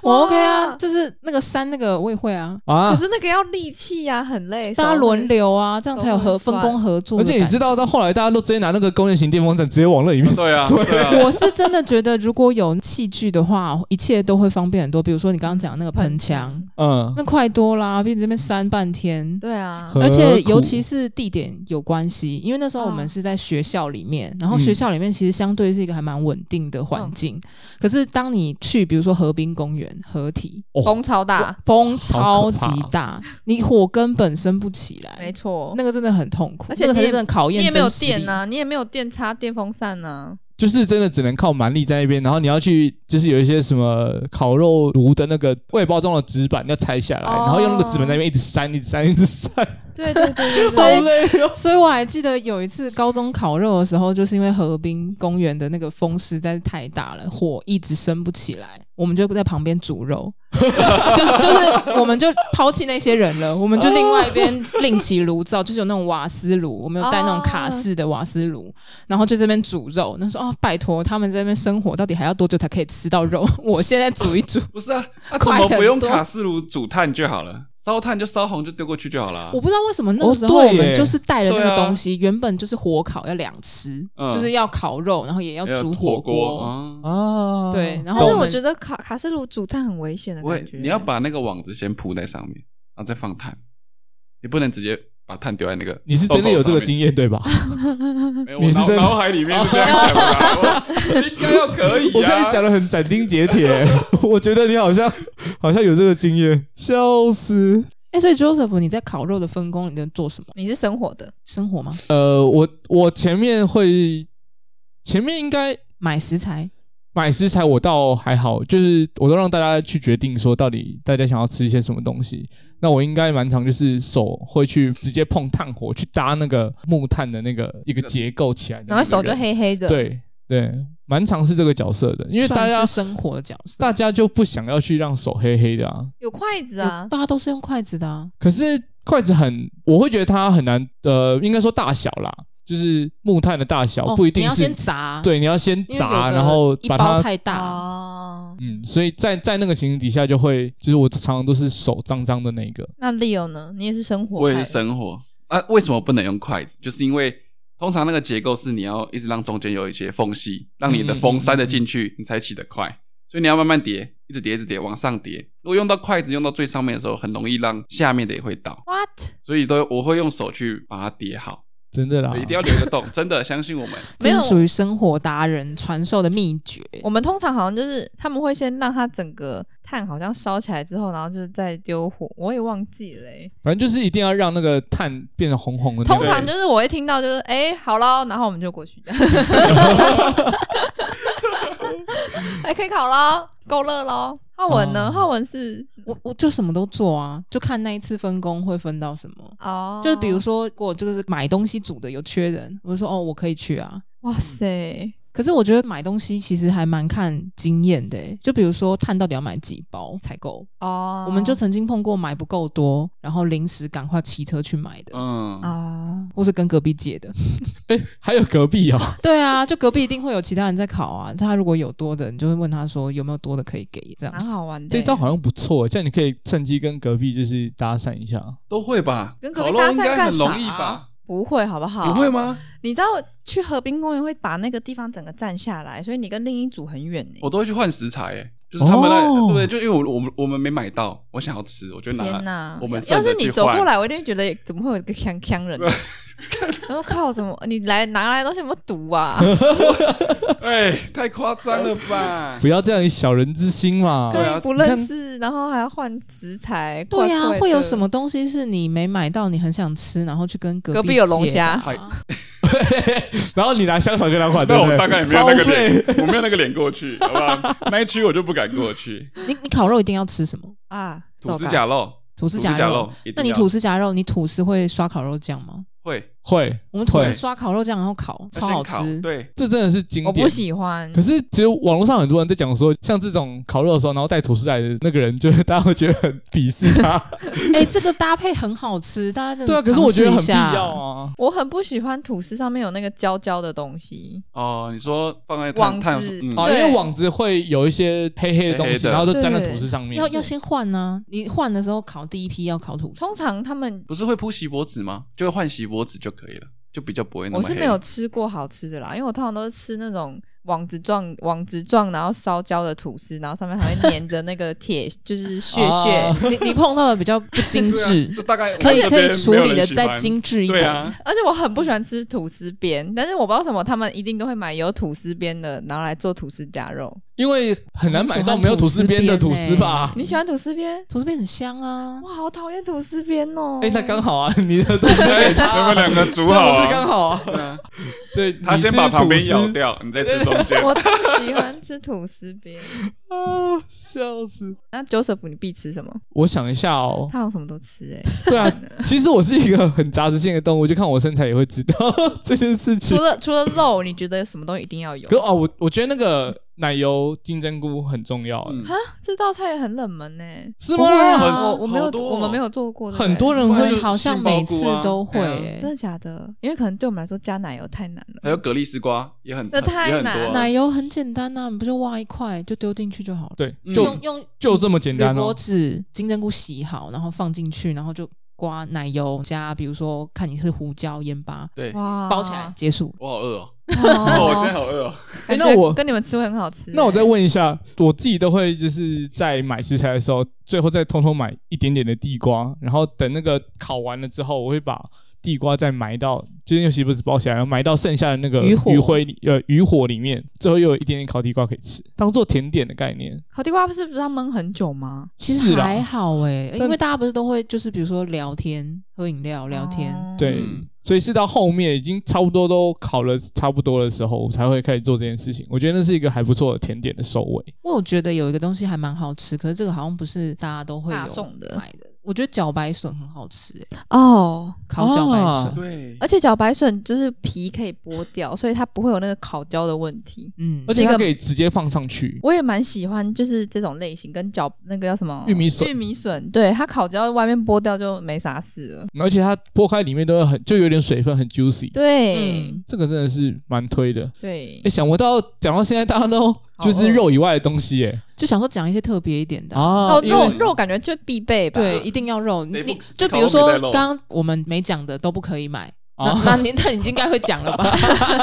S2: 我 OK 啊，就是那个山那个我也会啊，
S1: 啊
S3: 可，是那个要力气呀、很累，
S2: 大家
S3: 手会
S2: 轮流啊，这样才有合
S3: 手
S2: 分
S3: 会酸
S2: 工合作
S1: 而
S2: 的
S1: 且你知
S2: 感
S1: 道，到后来大家都直接拿那个工业型电风扇直接往那里面
S4: 对啊，
S1: 吹
S4: 对
S2: 觉。
S4: 啊，
S2: 我是真的觉得，如果有器具的话，一切都会方便很多。比如说你刚刚讲的那个喷枪，，
S1: 嗯
S2: 那快多啦，比你这边扇半天。
S3: 对啊，
S1: 何
S2: 而且尤
S1: 呃苦
S2: 其是地点有关系，因为那时候我们
S3: 啊
S2: 是在学校里面，然后
S1: 嗯
S2: 学校里面其实相对是一个还蛮稳定的环
S3: 嗯
S2: 境。可是当你去比如说河滨公园、河体，
S1: 哦，
S3: 风超大，
S2: 风
S1: 好
S2: 超
S1: 可
S2: 级
S1: 怕哦
S2: 大，你火根本升不起来
S3: 没，错，
S2: 那个真的很痛苦，
S3: 而且
S2: 那个才是
S3: 你也
S2: 真的考
S3: 你
S2: 验。
S3: 也没有电啊呐、，你也没有电插电风扇啊呐、
S1: 就是真的只能靠蛮力在那边，然后你要去，就是有一些什么烤肉炉的那个外包装的纸板要拆下来，
S3: 哦
S1: 然后用那个纸板在那边一直扇，一直扇，一直扇，
S3: 对对对 对
S1: 好
S2: 所以
S3: 对，
S1: 累哦。
S2: 所以我还记得有一次高中烤肉的时候，就是因为河滨公园的那个风实在是太大了，火一直升不起来，我们就在旁边煮肉， 就是就是我们就抛弃那些人了，我们就另外一边另起炉灶，就是有那种瓦斯炉，我们有带那种卡式的瓦斯炉，然后就这边煮肉。那说哦，拜托他们在那边生火到底还要多久才可以吃到肉？ 我现在煮一煮，
S4: 不是啊， 啊怎
S2: 快
S4: 么不用
S2: 很多
S4: 卡式炉煮炭就好了？烧炭就烧红就丢过去就好
S1: 啊
S4: 了。啊
S2: 我不知道为什么那个时候
S1: 哦
S2: 我
S1: 对耶
S2: 们就是带了那
S1: 哦
S4: 对
S2: 个
S4: 啊
S2: 东西，原本就是火烤要两吃，
S4: 嗯
S2: 就是要烤肉，然后也要
S4: 还有
S2: 煮
S1: 哦
S4: 火
S2: 锅。
S4: 啊。
S1: 啊，
S2: 对然后
S3: 但是
S2: 我
S3: 我
S2: 们
S3: 觉得卡卡式炉煮炭很危险的
S4: 不会
S3: 感觉，，
S4: 你要把那个网子先铺在上面，然后再放炭，你不能直接把炭丢在那个。
S1: 你是真的有这个
S4: 经？
S1: 经验对吧？
S4: 没有，
S1: 你
S4: 我
S1: 是
S4: 脑
S1: 真的
S4: 脑海里面是这样想的 啊，我应该要可以、啊。
S1: 我看你讲的很斩钉截铁， 我觉得你好像好像有这个经验，笑死。
S2: 哎、所以 Joseph，你在烤肉的分工，你在做什么？
S3: 你是生火的，
S2: 生活吗？
S1: 呃，我我前面会，前面应该
S2: 买食材？
S1: 买食材我倒还好，就是我都让大家去决定说到底大家想要吃一些什么东西。那我应该蛮常就是手会去直接碰炭火，去搭那个木炭的那个一个结构起来的那
S3: 然
S1: 个
S3: 后
S1: 人，
S3: 手就黑黑的，，
S1: 对对，蛮常是这个角色的，因为大家
S2: 算是生活的角色，
S1: 大家就不想要去让手黑黑的啊。
S3: 有筷子
S2: 有
S3: 啊，
S2: 大家都是用筷子的、啊。
S1: 可是筷子很，我会觉得它很难，呃，应该说大小啦，就是木炭的大小、
S2: 哦
S1: 不一
S2: 你
S1: 定
S2: 要
S1: 是
S2: 先砸，，
S1: 对，你要先
S2: 因为有
S1: 砸，
S2: 的
S1: 然后
S2: 一
S1: 把
S2: 包
S1: 它
S2: 太大，
S3: 哦，
S1: 嗯，所以在在那个情形底下，就会就是我常常都是手脏脏的那一个，
S3: 那 Leo 呢？你也是生火派，
S4: 我也是生火啊，为什么不能用筷子？就是因为通常那个结构是你要一直让中间有一些缝隙，让你的
S1: 嗯嗯嗯
S4: 风塞得
S1: 嗯
S4: 进去，你才起得快。所以你要慢慢叠，一直叠，一直叠，往上叠。如果用到筷子用到最上面的时候，很容易让下面的也会倒，
S3: What？
S4: 所以都我会用手去把它叠好，
S1: 真的啦，
S4: 对一定要留一个洞。真的，相信我们。
S2: 这
S3: 没有嗯
S2: 是属于生活达人传授的秘诀。
S3: 我们通常好像就是他们会先让它整个炭好像烧起来之后，然后就是再丢火，我也忘记了欸、
S1: 反正就是一定要让那个炭变得红红的那
S3: 通
S1: 个。
S3: 常就是我会听到就是哎、好喽，然后我们就过去这样，哎、可以烤喽，够热喽。浩文呢？
S1: 哦
S3: 浩文是
S2: 我我就什么都做啊，就看那一次分工会分到什么。
S3: 哦，
S2: 就是比如说，如果就是买东西组的有缺人，我就说哦，我可以去啊。
S3: 哇塞，
S2: 可是我觉得买东西其实还蛮看经验的欸，就比如说碳到底要买几包才够，
S3: 哦，
S2: 我们就曾经碰过买不够多，然后临时赶快骑车去买
S3: 哦
S2: 的，
S4: 嗯，
S3: 啊，
S2: 或是跟隔壁借的。
S1: 哎、还有隔 壁哦，
S2: 对啊，就隔壁一定会有其他人在烤啊，他如果有多的，你就会问他说有没有多的可以给，这样
S3: 蛮
S2: 子。
S3: 好玩的
S1: 这
S3: 欸。
S1: 招好像不错，这样你可以趁机跟隔壁就是搭讪 一下。
S4: 都会吧。
S3: 跟隔
S4: 烤
S3: 壁
S4: 肉
S3: 搭
S4: 应
S3: 讪
S4: 该
S3: 干
S4: 很
S3: 啥、
S4: 容易吧？
S3: 不会好不好？
S4: 不会？吗？
S3: 你知道去河滨公园会把那个地方整个占下来，所以你跟另一组很远欸呢、
S4: 我都会去换食材、欸，就是他们那、
S1: 哦
S4: 对，就因为我我们我们没买到，我想要吃，我就拿
S3: 天哪！
S4: 我们
S3: 要
S4: 剩的
S3: 是你
S4: 去
S3: 走
S4: 换
S3: 过来，我一定会觉得怎么会有一个锵锵人呢？然后靠，怎么你来拿来的东西有没有毒啊？
S4: 哎、太夸张了吧
S1: 不？要这样以小人之心嘛。
S4: 对
S3: 根
S4: 啊
S3: 本不认识，然后还要换食材，
S2: 对呀、
S3: 怪怪的
S2: 会有什么？东西是你没买到，你很想吃，然后去跟隔
S3: 隔壁
S2: 壁
S3: 有龙
S2: 借的啊
S4: 虾
S1: 然后你拿香肠跟他换，
S4: 那
S1: 对不
S4: 我
S1: 对
S4: 大概也没有那个
S1: 超废
S4: 脸，我没有那个脸过去， 好吧？那一区我就不敢过 去。
S2: 你你烤肉一定要吃什么？
S3: 啊？
S4: 吐司夹
S3: 肉
S4: 肉，
S2: 吐司
S4: 吐司
S2: 夹
S4: 夹肉，一定
S2: 那你
S4: 要
S2: 吐司夹肉，你吐司会刷烤肉酱吗？
S4: 会
S1: 会，
S2: 我们吐司
S1: 会
S2: 刷烤肉酱，然后烤，
S4: 要
S2: 超好
S4: 先烤
S2: 吃。
S4: 对，
S1: 这真的是经
S3: 我
S1: 典。
S3: 不喜欢
S1: 可。是其实网络上很多人在讲说，像这种烤肉的时候，然后带吐司来的那个人，就是 大家会觉得很鄙视他。
S2: 哎、这个搭配很好吃，大家真的
S1: 对啊，可是我觉得
S2: 尝
S1: 很
S2: 试一
S1: 必
S2: 下
S1: 要。啊。
S3: 我很不喜欢吐司上面有那个焦焦的东西，
S4: 哦，你说放在
S3: 网
S4: 炭炭
S3: 子
S4: 嗯
S1: 哦，因
S3: 对
S1: 为网子会有一些黑黑的东
S4: 黑黑
S1: 西，
S4: 的
S1: 然后都粘在
S3: 对
S1: 吐司上面。
S2: 要要先换呢、你换的时候烤第一批要烤吐司，
S3: 通常他们
S4: 不是会铺锡箔纸吗？就会换锡箔纸就可以了，就比较不会那
S3: 我
S4: 么
S3: 是
S4: 黑
S3: 没有吃过好吃的啦，因为我通常都是吃那种网子状、网子状，然后烧焦的吐司，然后上面还会粘着那个铁， 就是屑屑
S1: 哦。
S2: 你你碰到的比较不精致
S4: 对啊，这大概
S2: 可以可
S4: 我觉得别
S2: 以
S4: 人
S2: 处
S4: 没有
S2: 理
S4: 人
S2: 的
S4: 喜
S2: 再
S4: 欢
S2: 精致一
S4: 对
S2: 点。
S4: 啊，
S3: 而且我很不喜欢吃吐司边，但是我不知道为什么，他们一定都会买有吐司边的，然后来做吐司夹肉。
S1: 因为很难买到没有吐司边的吐司吧？
S3: 你喜欢吐司边？
S2: 吐司片很香啊，
S3: 我好讨厌吐司边哦。
S1: 哎，那刚好啊， 你的吐司
S4: 哎
S1: 边
S4: 他们两个
S1: 这
S4: 煮
S1: 不
S4: 好
S1: 是刚
S4: 啊，
S1: 好啊？
S4: 对啊
S1: 所以
S4: 他
S1: 你
S4: 先
S1: 吃
S4: 把旁边
S1: 吐司
S4: 咬掉，你 再吃中间。
S3: 我喜欢吃吐司边。
S1: 啊，笑死！
S3: 那 Joseph，你必吃什么？
S1: 我想一下哦，
S3: 他好像什么都吃哎、
S1: 对啊， 其实我是一个很杂食性的动物，就看我身材也会知道 这件事
S3: 除
S1: 情。
S3: 了除了肉，你觉得什么东西一定要有
S1: 可？哦，我我觉得那个奶油金针菇很重要，啊
S4: 嗯
S3: 这道菜也很冷门呢、
S1: 是
S2: 不会
S1: 吗？
S2: 啊
S3: 我我没有、
S4: 好多哦
S3: 我们没有做过的，
S1: 很多人
S4: 不然
S1: 会
S4: 就
S2: 好像
S4: 杏鲍
S2: 每次
S4: 菇啊
S2: 都会、
S4: 哎呀
S2: 欸
S3: 真的假的？因为可能对我们来说加奶油太难
S4: 还
S3: 了。
S4: 有蛤蜊丝瓜也很
S3: 那太
S4: 也很
S3: 难
S4: 多啊
S2: 奶油很简单呐、你不就挖一块就丢进去就好了。
S1: 对，
S4: 嗯
S1: 就
S2: 用用
S1: 就这么简
S2: 铝
S1: 单哦
S2: 箔。纸、金针菇洗好，然后放进去，然后就刮奶油加，比如说看你是胡椒、盐巴，
S4: 对，
S3: 哇
S2: 包起来，结束。
S4: 我好饿哦， 哦，我现
S3: 哦，
S4: 在好饿哦。
S1: 哎
S3: 感
S1: 那我
S3: 觉跟你们吃会很好
S2: 嗯
S3: 吃欸、
S1: 那我再问一下，我自己都会就是在买食材的时候，最后再偷偷买一点点的地瓜，然后等那个烤完了之后，我会把地瓜再埋到，就是用锡箔纸包起来，然后埋到剩下的那个
S2: 余火
S1: 余灰里，呃余火里面，最后又有一点点烤地瓜可以吃，当做甜点的概念。
S3: 烤地瓜不是不是要焖很久吗？
S2: 其
S1: 是
S2: 实
S1: 啦
S2: 还好哎、
S1: 但
S2: 因为大家不是都会就是比如说聊天、喝饮料、聊天。
S3: 哦
S1: 对，
S4: 嗯
S1: 所以是到后面已经差不多都烤了差不多的时候，我才会开始做这件事情。我觉得那是一个还不错的甜点的收尾。
S2: 因为我觉得有一个东西还蛮好吃，可是这个好像不是大家都会
S3: 大
S2: 有
S3: 众的
S2: 买的。我觉得茭白笋很好吃、欸，
S3: 哦，
S2: 烤茭白
S1: 啊
S2: 笋，
S4: 对，
S3: 而且茭白笋就是皮可以剥掉，所以它不会有那个烤焦的问题。
S2: 嗯
S1: 而，且它可以直接放上去，
S3: 我也蛮喜欢，就是这种类型，跟茭那个叫什么
S2: 嗯
S1: 玉米笋
S3: 玉米笋，对它烤焦，外面剥掉就没啥事了。
S1: 嗯而且它剥开里面都会很就有点水分，很 juicy。
S3: 对、
S2: 嗯
S1: 这个真的是蛮推的。
S3: 对
S1: 哎、，想不到讲到现在，大家都
S3: 哦
S1: 就是肉以外的东西、耶
S2: 就想说讲一些特别一点的啊、
S1: 啊
S3: 哦，，啊
S1: 因为
S3: 肉肉感觉就必备吧？
S2: 对，一定要肉。
S4: 谁不
S2: 你
S4: 谁
S2: 就
S4: 烤
S2: 比如
S4: 肉没
S2: 说
S4: 带肉哦
S2: 刚刚我们没讲的都不可以买，那
S1: 啊
S2: 那您那你应该会讲了吧？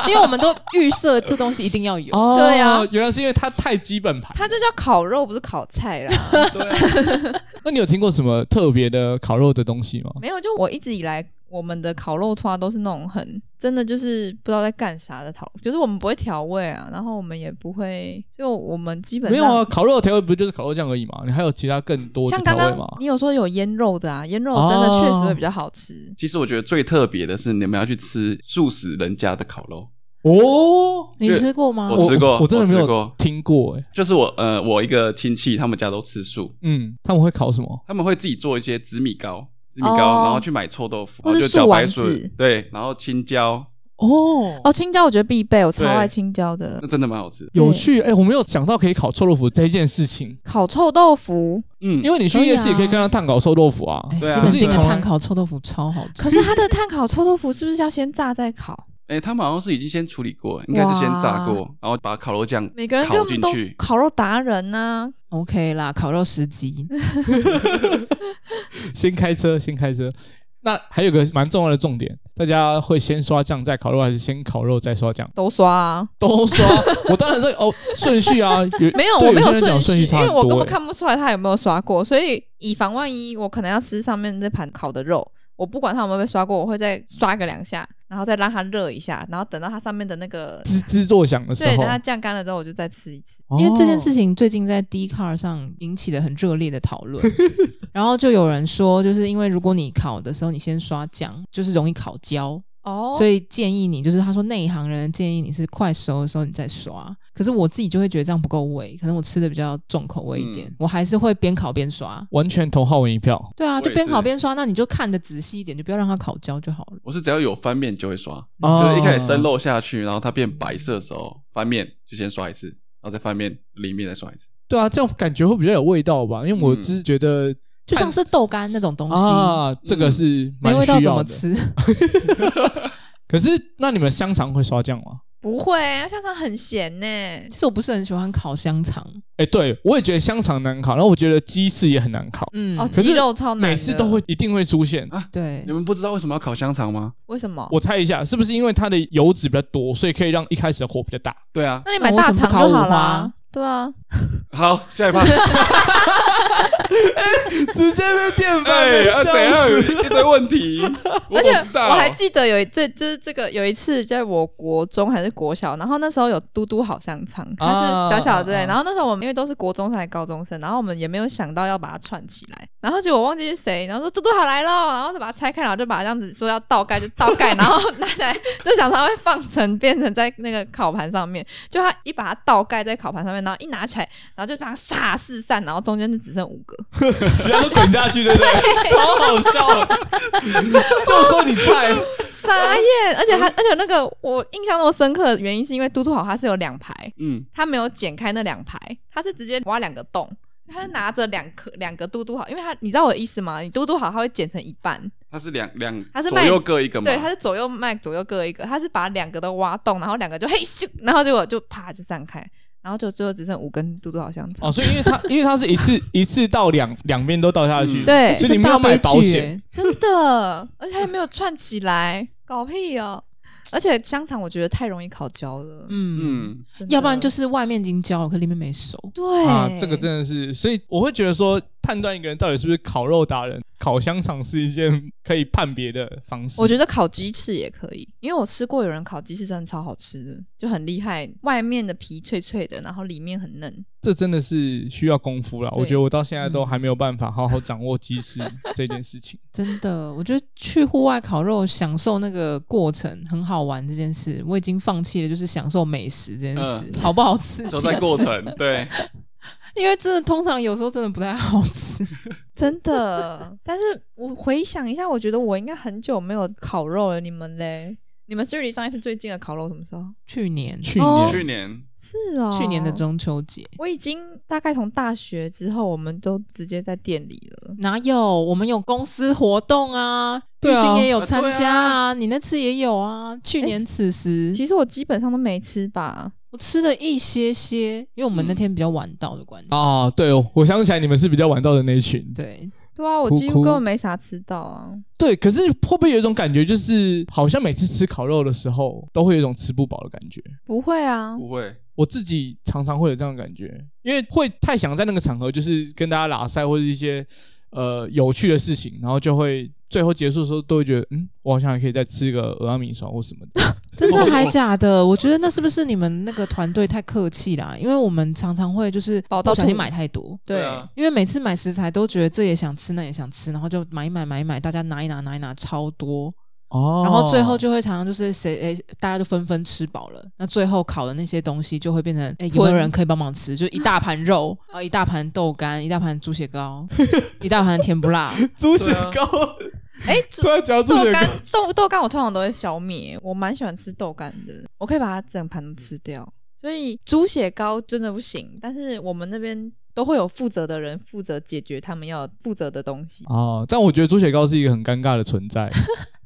S2: 因为我们都预设这东西一定要有。
S1: 哦
S3: 对啊
S1: 原来是因为它太基本盘。
S3: 它这叫烤肉，不是烤菜啦。
S4: 对啊
S1: 那你有听过什么特别的烤肉的东西吗？
S3: 没有，就我一直以来我们的烤肉团都是那种很真的，就是不知道在干啥的烤，就是我们不会调味啊，然后我们也不会，就我们基本
S1: 没
S3: 上
S1: 有啊，烤肉的调味不就是烤肉酱而已嘛？你还有其他更多的
S3: 像
S1: 调
S3: 刚
S1: 味
S3: 刚
S1: 吗？
S3: 你有说有腌肉的啊，腌肉真的
S1: 哦
S3: 确实会比较好吃。
S4: 其实我觉得最特别的是你们要去吃素食人家的烤肉，
S1: 哦，
S2: 你吃过吗？
S4: 我吃过
S1: 我真的没
S4: 我吃
S1: 有
S4: 过
S1: 听过哎、
S4: 就是我呃我一个亲戚他们家都吃素，
S1: 嗯，他们会烤什么？
S4: 他们会自己做一些紫米糕。紫米糕，
S3: 哦
S4: 然后去买臭豆腐，
S3: 或
S4: 然
S3: 是
S4: 后就茭白
S3: 素丸子
S4: 笋，对，然后青椒，
S1: 哦，
S3: 哦，青椒我觉得必备，我超
S4: 对
S3: 爱青椒的
S4: 那。真的蛮好吃的。
S1: 有趣哎、我没有想到可以烤臭豆腐这件事情，
S3: 烤臭豆腐，
S4: 嗯，
S1: 因为你去
S2: 可以
S1: 夜市也可以
S2: 啊
S1: 看到炭烤臭豆腐啊。
S2: 哎，
S4: 对啊
S2: 西
S1: 可
S2: 门
S1: 是你
S2: 町的
S1: 从来
S2: 炭烤臭豆腐超好吃。
S3: 可是它的炭烤臭豆腐是不是要先炸 再烤？
S4: 哎、他们好像是已经先处理过，应该是先炸过，然后把烤肉酱
S3: 每个人
S4: 烤
S3: 根本
S4: 进
S3: 都
S4: 去。
S3: 烤肉达人啊呢、
S2: OK 啦，烤肉十级，
S1: 先开车，先开车。那还有个蛮重要的重点，大家会先刷酱再烤肉，还是先烤肉再刷酱？
S3: 都刷啊。
S1: 都 刷。我当然是哦，顺序啊，有
S3: 没有，
S1: 对
S3: 我没有
S1: 有些人讲
S3: 顺
S1: 顺
S3: 序，
S1: 差
S3: 因为
S1: 很
S3: 我
S1: 多
S3: 根本
S1: 欸
S3: 看不出来他有没有刷过，所以以防万一，我可能要吃上面这盘烤的肉，我不管它有没有被刷过，我会再刷个两下，然后再让它热一下，然后等到它上面的那个
S1: 滋滋作响的时
S3: 对，
S1: 候
S3: 等，它酱干了之后，我就再吃一次。
S2: 因为这件
S1: 哦
S2: 事情最近在 d c a r 上引起了很热烈的讨论，然后就有人说，就是因为如果你烤的时候你先刷酱，就是容易烤焦，
S3: 哦，
S2: 所
S3: 以
S2: 以建议你，就是他说内行人建议你是快熟的时候你再刷，可是我自己就会觉得这样不够味，可能我吃的比较重口味一点，
S4: 嗯
S2: 我还是会边烤边刷。
S1: 完全投浩文一票。
S2: 对啊，
S4: 我也
S2: 就是边烤边刷，那你就看的仔细一点，就不要让它烤焦就好了。
S4: 我是只要有翻面就会刷，
S1: 哦
S4: 嗯就是一开始生肉下去，然后它变白色的时候，翻面就先刷一次，然后再翻面里面再刷一次。
S1: 对啊，这样感觉会比较有味道吧？因为我
S4: 嗯
S1: 只是觉得、
S2: 就像是豆干那种东西，
S1: 啊，这
S3: 嗯
S1: 个是
S2: 没
S1: 蛮
S2: 味道
S1: 需
S2: 怎
S1: 要
S2: 么
S1: 的。
S2: 吃？
S1: 可是那你们香肠会刷酱吗？
S3: 不会，香肠很咸呢、欸
S2: 其实我不是很喜欢烤香肠，
S1: 哎、对我也觉得香肠难烤，然后我觉得鸡翅也很难烤，
S2: 嗯，
S3: 哦，
S1: 可是
S3: 鸡肉超难的，
S1: 每次都会一定会出现。
S2: 对
S4: 你，们不知道为什么要烤香肠吗？
S3: 为什么？
S1: 我猜一下，是不是因为它的油脂比较多，所以可以让一开始的火比较大？
S4: 对啊，
S3: 那你买大肠就
S2: 那为什么不
S3: 好
S2: 烤五花
S3: 啦。对啊，
S4: 好，下一趴。
S1: 直接被电
S4: 哎，啊怎样？一堆问题，我
S3: 而且
S4: 怎么知道
S3: 我还记得有一这就是这个有一次，在我国中还是国小，然后那时候有嘟嘟好香肠，它是小
S4: 哦
S3: 小的、哦
S1: 啊啊啊
S3: 然后那时候我们因为都是国中生还是高中生，然后我们也没有想到要把它串起来，然后结果忘记是谁，然后说嘟嘟好来喽，然后就把它拆开，然后就把它这样子说要倒盖就倒盖，然后拿起来就想它会放成变成在那个烤盘上面，就它一把它倒盖在烤盘上面，然后一拿起来，然后就把它撒四散，然后中间就只剩五个。
S1: 直接都滚下去，对不对？超好笑的，就说你菜，
S3: 傻眼！而且
S1: 嗯
S3: 他，而且那个我印象那么深刻的原因，是因为嘟嘟好它是有两排，
S4: 嗯，
S3: 它没有剪开那两排，它是直接挖两个洞，它是拿着两颗两个嘟嘟好，因为它你知道我的意思吗？你嘟嘟好它会剪成一半，
S4: 它是两两，
S3: 它是
S4: 左
S3: 卖
S4: 右各一个嘛？
S3: 对，它是左右卖左右各一个，它是把两个都挖洞，然后两个就嘿咻，然后结果就啪就散开，然后就最后只剩五根嘟嘟好香肠。
S1: 哦，所以因为它因 为它是一次一次倒两两边都倒下去，
S4: 嗯
S3: 对
S1: 所以你没有买保险，
S3: 真的，而且还没有串起来，搞屁哦！而且香肠我觉得太容易烤焦了，
S2: 嗯，
S4: 嗯，
S3: 真的
S2: 要不然就是外面已经焦了，可里面没熟。
S3: 对
S1: 啊，这个真的是，所以我会觉得说，判断一个人到底是不是烤肉达人，烤香肠是一件可以判别的方式。
S3: 我觉得烤鸡翅也可以，因为我吃过有人烤鸡翅真的超好吃的，就很厉害，外面的皮脆脆的，然后里面很嫩。
S1: 这真的是需要功夫啦。
S3: 对
S1: 我觉得我到现在都还没有办法好好掌握鸡翅这件事情。
S2: 真的，我觉得去户外烤肉享受那个过程很好玩这件事，我已经放弃了，就是享受美食这件事，好不好吃？
S4: 都嗯在过程，对，
S2: 因为真的通常有时候真的不太好吃。
S3: 真的， 但是我回想一下，我觉得我应该很久没有烤肉了。你们嘞？你们距离上一次最近的烤肉什么时候？
S2: 去年
S1: 去
S3: 哦
S1: 年
S4: 去年
S3: 是哦，
S2: 去年的。中秋节
S3: 我已经大概从大学之后，我们都直接在店里了。
S2: 哪有？我们有公司活动啊，
S1: 对
S2: 玉
S1: 啊
S2: 兴也有参加
S4: 啊
S2: 啊，你那次也有啊。去年此时，
S3: 其实我基本上都没吃吧，
S2: 我吃了一些些，因为我们那天比较晚到的关系。
S1: 啊，对哦，我想起来你们是比较晚到的那一群。
S2: 对，
S3: 对啊，我
S1: 哭
S3: 几乎
S1: 哭
S3: 根本没啥吃到啊。
S1: 对，可是会不会有一种感觉，就是好像每次吃烤肉的时候，都会有一种吃不饱的感觉？
S3: 不会啊，
S4: 不会，
S1: 我自己常常会有这样的感觉，因为会太想在那个场合，就是跟大家拉塞或者一些呃有趣的事情，然后就会最后结束的时候都会觉得，嗯，我好像还可以再吃个俄阿米爽或什么的。
S2: 真的还假的？我觉得那是不是你们那个团队太客气啦？因为我们常常会就是
S3: 饱到
S2: 不小心
S3: 吐
S2: 买太多，
S3: 对，
S4: 啊，
S2: 因为每次买食材都觉得这也想吃那也想吃，然后就买一买买一买，大家拿一拿拿一拿超多，
S1: 哦
S2: 然后最后就会常常就是谁诶、大家就纷纷吃饱了，那最后烤的那些东西就会变成诶、有没有
S3: 混
S2: 人可以帮忙吃？就一大盘肉，然后一大盘豆干，一大盘猪血糕， 一大盘甜不辣，
S1: 猪
S4: 血
S1: 糕，
S3: 哎、
S1: 突然 讲到猪
S3: 豆
S1: 血
S3: 干
S1: 糕，
S3: 豆豆干我通常都会消灭，我蛮喜欢吃豆干的，我可以把它整盘都吃掉。所以猪血糕真的不行，但是我们那边都会有负责的人负责解决他们要负责的东西。
S1: 哦，但我觉得猪血糕是一个很尴尬的存在，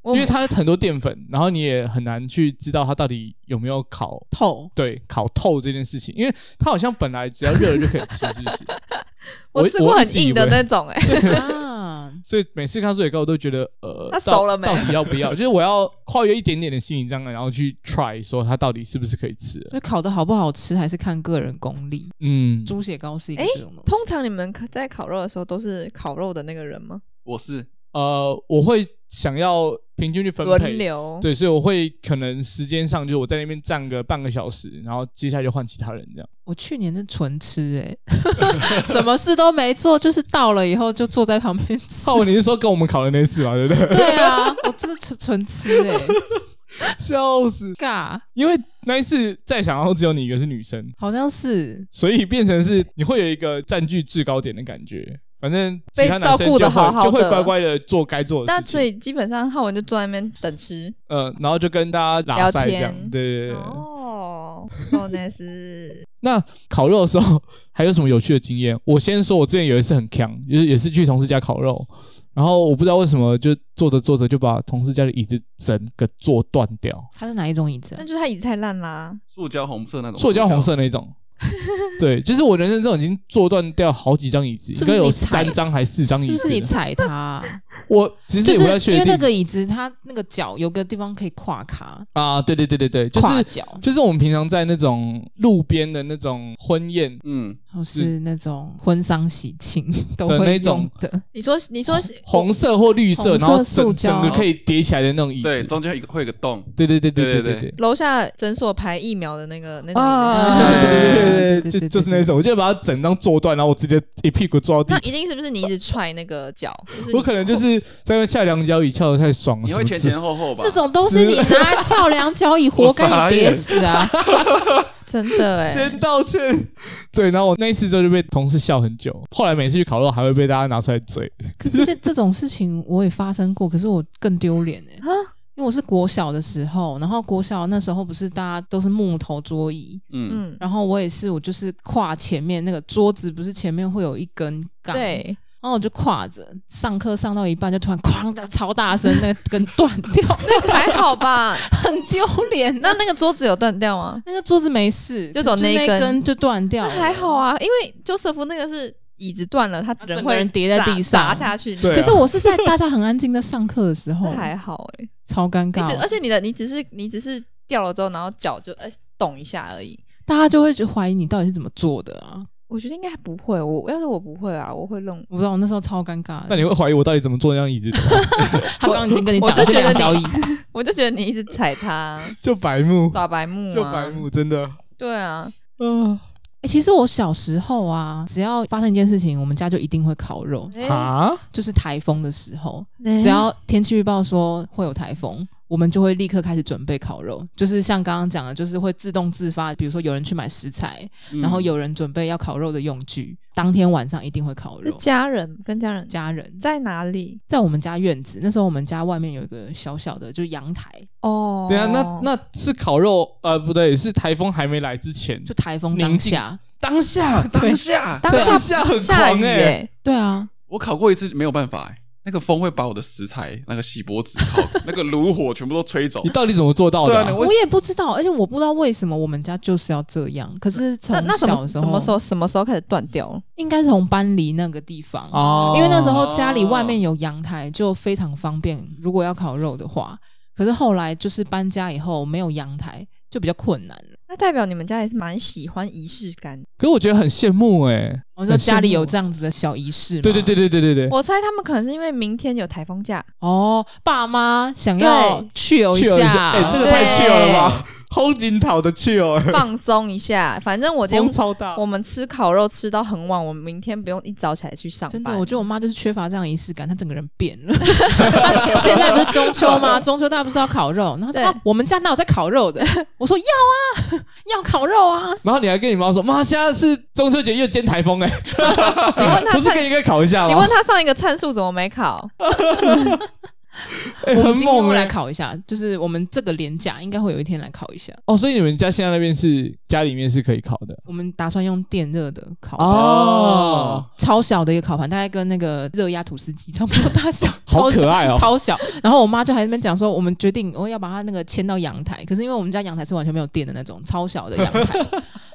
S3: 我
S1: 因为它很多淀粉，然后你也很难去知道它到底有没有烤。
S2: 透。
S1: 对，烤透这件事情，因为它好像本来只要热了就可以吃，是不是？
S3: 我吃过
S1: 我一
S3: 很
S1: 直以
S3: 硬的
S1: 为
S3: 那种、哎，
S2: 啊，
S1: 所以每次看到猪血糕，我都觉得呃，
S3: 它
S1: 到
S3: 熟了没
S1: 到底要 不要？就是我要跨越一点点的心理障碍，然后去 try 说它到底是不是可以吃的。
S2: 所以烤的好不好吃还是看个人功力。
S1: 嗯，
S2: 猪血糕是一个这种东西，
S3: 通常你们可在烤肉的时候都是烤肉的那个人吗？
S4: 我是
S1: 呃，我会想要平均去分
S3: 轮
S1: 配，
S3: 流。
S1: 对，所以我会可能时间上就是我在那边站个半个小时，然后接下来就换其他人这样。
S2: 我去年是纯吃哎、什么事都没做，就是到了以后就坐在旁边吃。
S1: 哦，你是说跟我们考的那一次嘛，对 不对？
S2: 对啊，我真的纯纯吃哎、
S1: 笑死！
S2: 尬，
S1: 因为那一次在场，然后只有你一个是女生，
S2: 好像是
S1: 所以变成是你会有一个占据制高点的感觉。反正其他
S3: 被
S1: 男
S3: 照
S1: 生
S3: 顾
S1: 就
S3: 得
S1: 会
S3: 好好
S1: 就会
S3: 的
S1: 乖乖的做该做的事
S3: 那
S1: 情。
S3: 所以基本上浩文就坐在那边等吃。
S1: 呃，然后就跟大家拉塞这样
S3: 聊，天
S1: 对对对。
S3: 哦，哦，哦，那是
S1: 那烤肉的时候还有什么有趣的经验？我先说，我之前有一次很强，就是也是去同事家烤肉，然后我不知道为什么就坐着坐着就把同事家的椅子整个坐断掉，
S2: 它是哪一种椅子、啊
S3: 那？就是他椅子太烂啦。
S4: 塑胶红色那种，
S1: 塑胶红色那种。对，就是我人生中已经坐断掉好几张椅子，应
S2: 是不
S1: 该
S2: 是
S1: 有
S2: 你踩
S1: 三张还是四张椅
S2: 是
S1: 子。
S2: 不是你踩它啊、
S1: 我其实
S2: 就
S1: 也不太
S2: 是
S1: 确
S2: 因为
S1: 定、
S2: 那个椅子，它那个脚有个地方可以跨卡，
S1: 啊，对对对对对，就
S2: 跨
S1: 是
S2: 脚，
S1: 就是我们平常在那种路边的那种婚宴
S4: 嗯，
S2: 或是那种婚丧喜庆 都
S1: 的
S2: 会
S1: 那种
S2: 用的。
S3: 你说，你说
S1: 哦红色或绿色，
S2: 红色
S1: 然后
S2: 塑
S1: 整
S2: 胶
S1: 整个可以叠起来的那种椅子。
S4: 对，中间有一个会有一个洞，
S1: 对对对对
S4: 对
S1: 对
S4: 对
S1: 对。
S3: 楼下诊所排疫苗的那个那种椅子，
S1: 啊，
S4: 对
S1: 对对对
S2: 哎对对
S1: 对
S2: 对
S1: 就
S2: 对
S1: 就是那种，我就把它整张坐断，然后我直接一屁股坐到
S3: 那
S1: 地。
S3: 一定是不是你一直踹那个脚？就是你哦
S1: 我可能就是在那下两脚椅翘的太爽了，
S4: 你
S1: 什
S4: 会
S1: 么
S4: 前
S1: 之
S4: 前后后吧？
S2: 那种都是你拿翘两脚椅，活该你跌死啊！
S3: 真的哎、
S1: 先道歉。对，然后我那一次之后就被同事笑很久，后来每次去烤肉还会被大家拿出来嘴。
S2: 可是这这种事情我也发生过，可是我更丢脸哎
S3: 啊，
S2: 因为我是国小的时候，然后国小那时候不是大家都是木头桌椅，
S4: 嗯，
S3: 嗯，
S2: 然后我也是我就是跨前面那个桌子，不是前面会有一根杠，，
S3: 对，
S2: 然后我就跨着上课上到一半就突然哐的超大声，那个根断掉，
S3: 那个还好吧？
S2: 很丢脸。
S3: 那那个桌子有断掉吗？
S2: 那个桌子没事，
S3: 就走
S2: 可是
S3: 那
S2: 那
S3: 一根
S2: 根就断掉
S3: 那
S2: 了，
S3: 还好啊，因为周瑟夫那个是椅子断了，他
S2: 整个
S3: 会
S2: 人跌在地上
S3: 砸砸下去。
S1: 对啊
S2: 可是我是在大家很安静的上课的时候
S3: 那，还好哎、
S2: 超尴
S3: 你
S2: 尬
S3: 只，而且你的你只是你只是掉了之后，然后脚就呃动一下而已。
S2: 大家就会觉得怀疑你到底是怎么做的啊！
S3: 我觉得应该还不会，我要是我不会啊，我会弄。
S2: 我不知道，我那时候超尴尬
S1: 那
S2: 的。
S1: 你会怀疑我到底怎么坐那张椅子的，
S2: 他刚刚已经跟你讲了，
S3: 我就觉
S2: 两
S3: 得
S2: 脚椅，
S3: 我就觉得你一直踩它，
S1: 就白目，
S3: 耍白目
S1: 哦
S3: 啊，
S1: 就白目，真的。
S3: 对啊，
S1: 嗯
S2: 欸其实我小时候啊，只要发生一件事情，我们家就一定会烤肉，
S3: 嗯
S1: 啊，
S2: 就是台风的时候，
S3: 哎
S2: 只要天气预报说会有台风。我们就会立刻开始准备烤肉，就是像刚刚讲的，就是会自动自发，比如说有人去买食材，
S4: 嗯
S2: 然后有人准备要烤肉的用具，当天晚上一定会烤
S3: 是
S2: 肉。
S3: 家人跟家人
S2: 家人
S3: 在哪里？
S2: 在我们家院子，那时候我们家外面有一个小小的就是阳台，
S3: 哦，
S1: 对啊，那那是烤肉，呃，不对，是台风还没来之前，
S2: 就台风
S1: 宁静
S2: 当下，
S1: 当下，
S4: 嗯当下
S3: 当
S1: 当
S3: 下
S1: 下很
S3: 下
S1: 狂
S3: 雨
S1: 哎、
S3: 哎、
S2: 对啊，
S4: 我烤过一次，没有办法、欸，那个风会把我的食材，那个锡箔纸烤，那个炉火全部都吹走
S1: 你。到底怎么做到
S4: 对
S1: 的、
S4: 啊，你
S2: 我
S4: 为
S2: 也不知道，而且我不知道为什么我们家就是要这样。可是从
S3: 那那什
S2: 小
S3: 么
S2: 的时
S3: 什
S2: 候，
S3: 么时候什么时候开始断掉了？
S2: 应该是从搬离那个地方啊，
S1: 哦
S2: 因为那时候家里外面有阳台，就非常方便。如果要烤肉的话，可是后来就是搬家以后没有阳台，就比较困难了。
S3: 那代表你们家也是蛮喜欢仪式感。
S1: 可是我觉得很羡慕哎、
S2: 我哦说家里有这
S1: 样，
S2: 样子的小仪式嘛，
S1: 对对对对对对对，
S3: 我猜他们可能是因为明天有台 风假，
S2: 哦，爸妈想要
S3: 对
S2: 去游
S1: 去哦
S2: 下，
S1: 哎、这个
S3: 对
S1: 太去哦了吧，齁紧讨的去哦，
S3: 放松一下。反正我今
S1: 风
S3: 天
S1: 超大
S3: 我，们吃烤肉吃到很晚，我们明天不用一早起来去上班。
S2: 真的，我觉得我妈就是缺乏这样仪式感，她整个人变 了。她现在不是中秋吗？中秋大家不是要烤肉，然后她
S3: 对
S2: 说、啊我们家哪有在烤肉的？我说要啊，要烤肉啊。
S1: 然后你还跟你妈说，妈，现在是中秋节又兼台风哎、
S3: 你问
S1: 不
S3: 他
S1: 是
S3: 参
S1: 可，以跟烤一啊下
S3: 你
S1: 吗
S3: 问？他上一个参数怎么没考？
S1: 哎
S2: 我们
S1: 很
S2: 今天
S1: 猛
S2: 会
S1: 哎、
S2: 来烤一下，就是我们这个连假应该会有一天来烤一下。
S1: 哦，所以你们家现在那边是家里面是可以烤的
S2: 我们打算用电热的烤盘，
S1: 哦，
S2: 超小的一个烤盘，大概跟那个热压吐司机差不多大小，
S1: 好
S2: 超
S1: 可
S2: 小。
S1: 爱哦。
S2: 超小，然后我妈就还在那边讲说，我们决定我要把它那个迁到阳台，可是因为我们家阳台是完全没有电的那种超小的阳台，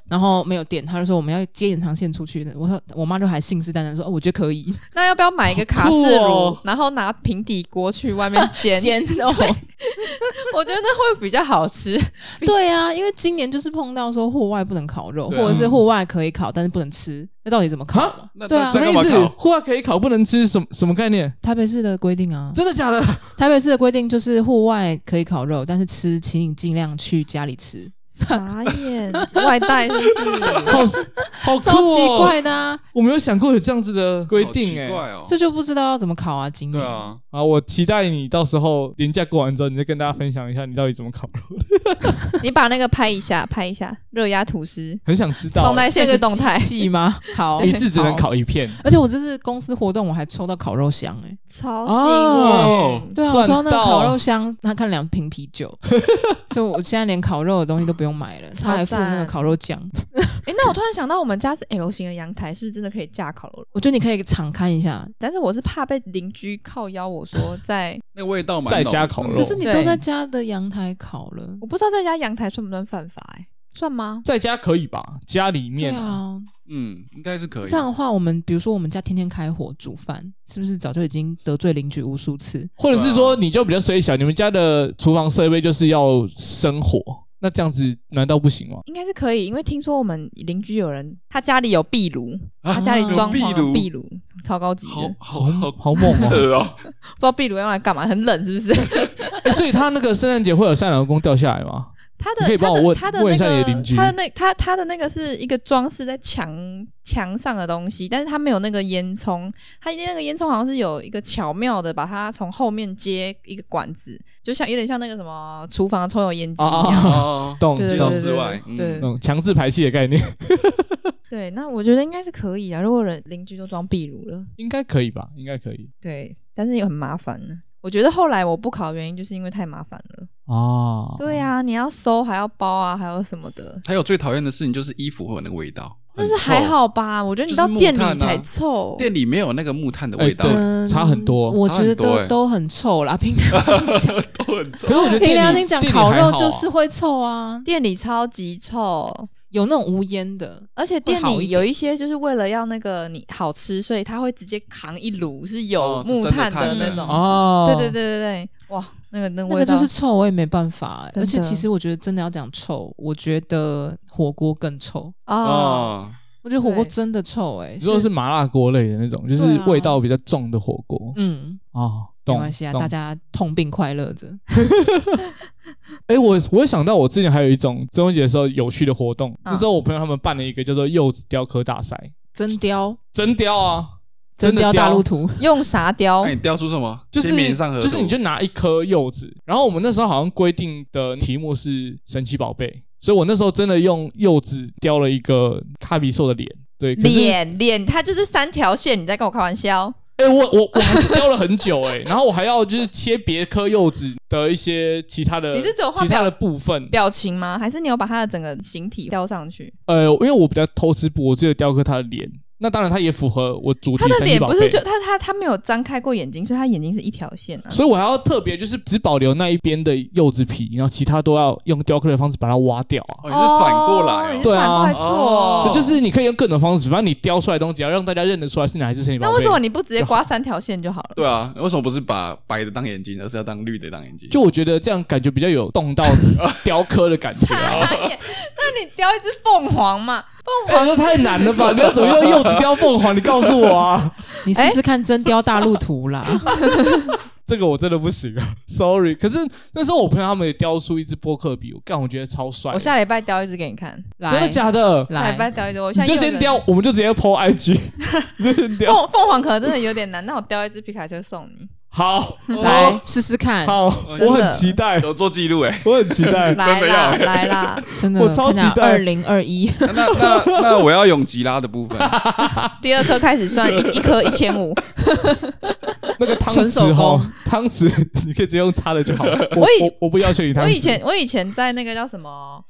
S2: 然后没有电，她就说我们要接延长线出去的。我说我妈就还信誓旦旦地说，哦，我觉得可 以
S3: 那要不要买一个卡式
S1: 好
S3: 炉，
S1: 酷哦
S3: 然后拿平底锅去外面 煎？
S2: 煎哦，
S3: 我觉得那会比较好吃。
S2: 对啊，因为今年就是碰到说户外不能烤肉，或
S4: 对啊
S2: 者是户外可以烤，但是不能吃，那到底怎么烤啊？
S4: 那
S1: 对啊，什
S4: 这
S1: 么
S4: 干
S1: 意
S4: 嘛
S1: 思？
S4: 烤？
S1: 户外可以烤，不能吃，什么什么概念？
S2: 台北市的规定啊，
S1: 真的假的？
S2: 台北市的规定就是户外可以烤肉，但是吃，请你尽量去家里吃，
S3: 傻眼，外带是不是？
S1: 好好酷
S2: 超奇
S1: 哦！
S2: 怪的、啊。
S1: 我没有想过有这样子的规定哎、
S4: 好奇怪哦，
S2: 这就不知道要怎么考啊，今
S4: 对
S2: 年。
S4: 啊，
S1: 啊，我期待你到时候年假过完之后，你再跟大家分享一下你到底怎么烤肉的，
S3: 你把那个拍一下，拍一下热压吐司，
S1: 很想知道、欸
S3: 放在现实动态，
S2: 气吗？好，
S1: 一次只能
S2: 好。
S1: 烤一片，
S2: 而且我这次公司活动，我还抽到烤肉箱哎、
S3: 超
S1: 哦
S3: 幸运。
S2: 对啊，
S1: 赚
S2: 我抽到那个
S1: 到
S2: 烤肉箱，他看两瓶啤 酒，所以我现在连烤肉的东西都不用买了，他还附那个烤肉酱。
S3: 哎、那我突然想到，我们家是 L 型的阳台，是不是真的可以架烤肉？
S2: 我觉得你可以敞开一下，
S3: 但是我是怕被邻居靠腰我说在，
S4: 那味道蛮
S1: 在
S4: 浓
S1: 家
S4: 的
S1: 烤
S4: 嗯
S1: 肉
S2: 可是你都
S3: 对
S2: 在家的阳台烤了
S3: 我，不知道在家阳台算不算犯法、哎，算吗？
S1: 在家可以吧？家里
S2: 对
S1: 面、
S2: 啊，
S4: 嗯，应该是可以。
S2: 这样的话，我们比如说我们家天天开火煮饭，是不是早就已经得罪邻居无数次？
S1: 或者是说你就比较虽小，你们家的厨房设备就是要生火，那这样子难道不行吗？
S3: 应该是可以，因为听说我们邻居有人，他家里有壁炉，
S4: 啊
S3: 他家里装潢
S4: 有
S3: 有
S4: 壁
S3: 壁炉，超高级的，
S4: 好
S3: 不
S4: 好好
S1: 好猛 哦！
S4: 扯哦，
S3: 知道壁炉用来干嘛，很冷是不是？
S1: 欸所以他那个圣诞节会有善良公掉下来吗？
S3: 他
S1: 你可以
S3: 的
S1: 帮
S3: 他
S1: 我
S3: 的
S1: 问
S3: 他的
S1: 问一
S3: 那
S1: 下你的
S3: 个
S1: 邻居
S3: 他的那他他的那个是一个装饰在墙墙上的东西，但是他没有那个烟囱，他那个烟囱好像是有一个巧妙的把它从后面接一个管子，就像有点像那个什么厨房的抽油烟机 一
S1: 啊
S3: 样。
S1: 啊
S4: 哦，
S1: 懂
S3: 对
S1: 知
S3: 对
S1: 道
S3: 对
S1: 是
S3: 对
S4: 室外嗯
S3: 对对
S1: 那
S3: 对
S1: 种强制排气的概念，
S3: 对，那我觉得应该是可以啊，如果人邻居都装壁炉了，
S1: 应该可以吧？应该可以
S3: 对，但是也很麻烦呢。我觉得后来我不考的原因就是因为太麻烦了。
S1: 啊。
S3: 对啊，你要收还要包啊，还有什么的，
S4: 还有最讨厌的事情就是衣服会有那个味道，
S3: 但是
S4: 很
S3: 还
S4: 臭，
S3: 好吧？我觉得你
S4: 就是
S3: 到
S4: 木
S3: 店里
S4: 炭啊
S3: 才臭，
S4: 店里没有那个木炭的
S1: 哎
S4: 味道
S1: 对，
S2: 嗯，
S1: 差很多
S2: 我觉得
S4: 差很
S2: 都、
S4: 多欸
S2: 都很臭 啦，平常心讲。
S4: 都很臭
S1: 可。是我觉得
S2: 凭
S1: 店
S2: 良
S1: 里
S2: 心讲，
S1: 店里
S2: 烤
S1: 还
S2: 肉
S1: 好啊
S2: 就是会臭啊，
S3: 店里超级臭，
S2: 有那种无烟的，
S3: 而且店
S2: 会好一
S3: 里
S2: 点
S3: 有一些就是为了要那个你好吃，所以他会直接扛一炉是有
S4: 哦
S3: 木炭
S4: 是
S3: 那
S4: 真的炭的
S3: 种。
S1: 哦，
S3: 对对对对对，哇，那个那个
S2: 那
S3: 味
S2: 个
S3: 道
S2: 就是臭，我也没办法欸、
S3: 真的
S2: 而且其实我觉得真的要讲臭，我觉得火锅更臭，
S3: 哦，
S4: 哦，
S2: 我觉得火锅
S3: 对
S2: 真的臭哎、欸，
S1: 如果是麻辣锅类的那种，就是
S2: 对啊
S1: 味道比较重的火锅
S2: 嗯，
S1: 啊，
S2: 没
S1: 懂？
S2: 关系啊，
S1: 懂
S2: 大家痛并快乐着。
S1: 哎、我我想到我之前还有一种中秋节的时候有趣的活动，
S2: 嗯
S1: 那时候我朋友他们办了一个叫做柚子雕刻大赛，
S2: 真雕，
S1: 真雕啊，
S2: 真
S1: 的雕
S2: 雕大陆图，
S3: 用啥雕
S4: 啊那？你雕出什么？
S1: 就是
S4: 清明上河图
S1: 就是你就拿一颗柚子，然后我们那时候好像规定的题目是神奇宝贝，所以我那时候真的用柚子雕了一个卡比兽的脸。对，可是哎、
S3: 脸脸，它就是三条线，你在跟我开玩笑？
S1: 我我我还是雕了很久哎、然后我还要就是切别颗柚子的一些其他的，
S3: 你是只有画
S1: 其他
S3: 表
S1: 的部分，
S3: 表情吗？还是你有把它的整个形体雕上去？
S1: 呃，因为我比较偷吃不，我只有雕刻他的脸。那当然，他也符合我主题
S3: 它的
S1: 神奇
S3: 脸
S1: 宝
S3: 不
S1: 贝。
S3: 是就它它它没有张开过眼睛，所以它眼睛是一条线啊。
S1: 所以我还要特别就是只保留那一边的柚子皮，然后其他都要用雕刻的方式把它挖掉啊。
S4: 哦，你是反过来
S3: 哦你
S4: 哦
S3: 是
S1: 对
S3: 反
S1: 啊
S3: 过来做
S4: 哦
S3: 哦，
S1: 就就是你可以用各种方式，反正你雕出来的东西，只要让大家认得出来是哪一只神奇宝贝。
S3: 那为什么？你不直接刮三条线就好了？
S4: 对啊，为什么不是把白的当眼睛，而是要当绿的当眼睛？
S1: 就我觉得这样感觉比较有动到雕刻的感 觉啊。
S3: 傻眼那你雕一只凤凰嘛？
S1: 哎，这太难了 吧？你要怎么用柚子雕凤凰？你告诉我啊！
S2: 你试 试看真雕大陆图啦。
S1: 这个我真的不行啊，sorry。可是那时候我朋友他们也雕出一只波克比，我干，我觉得超帅
S3: 我
S1: 的。
S3: 下礼拜雕一只给你看，
S2: 来，
S1: 真的假的？
S3: 下
S2: 来
S3: 礼，拜雕一只。我
S1: 你
S3: 现在
S1: 就
S3: 用
S1: 先
S3: 的
S1: 雕，我们就直接 PO IG，你就先雕。
S3: 凤凤凰，可能真的有点难。那我雕一只皮卡丘送你，哦
S1: 好，
S2: 来试试看，
S1: 好，
S4: 真的
S1: 我很期待，
S4: 有做记录哎。
S1: 我很期待。
S3: 来
S4: 真的
S3: 啦
S4: 要
S3: 来啦，
S2: 真的，
S1: 我超期待
S2: 二零二一，
S4: 那那那那我要永吉拉的部分，
S3: 第二颗开始算，一一颗一千五。
S1: 那个汤
S2: 纯
S1: 匙
S2: 手
S1: 哈
S2: 工，
S1: 汤匙你可以直接用擦的就 好。我
S3: 我以
S1: 我我不要求你汤匙。
S3: 我以前我以前在那个叫什么，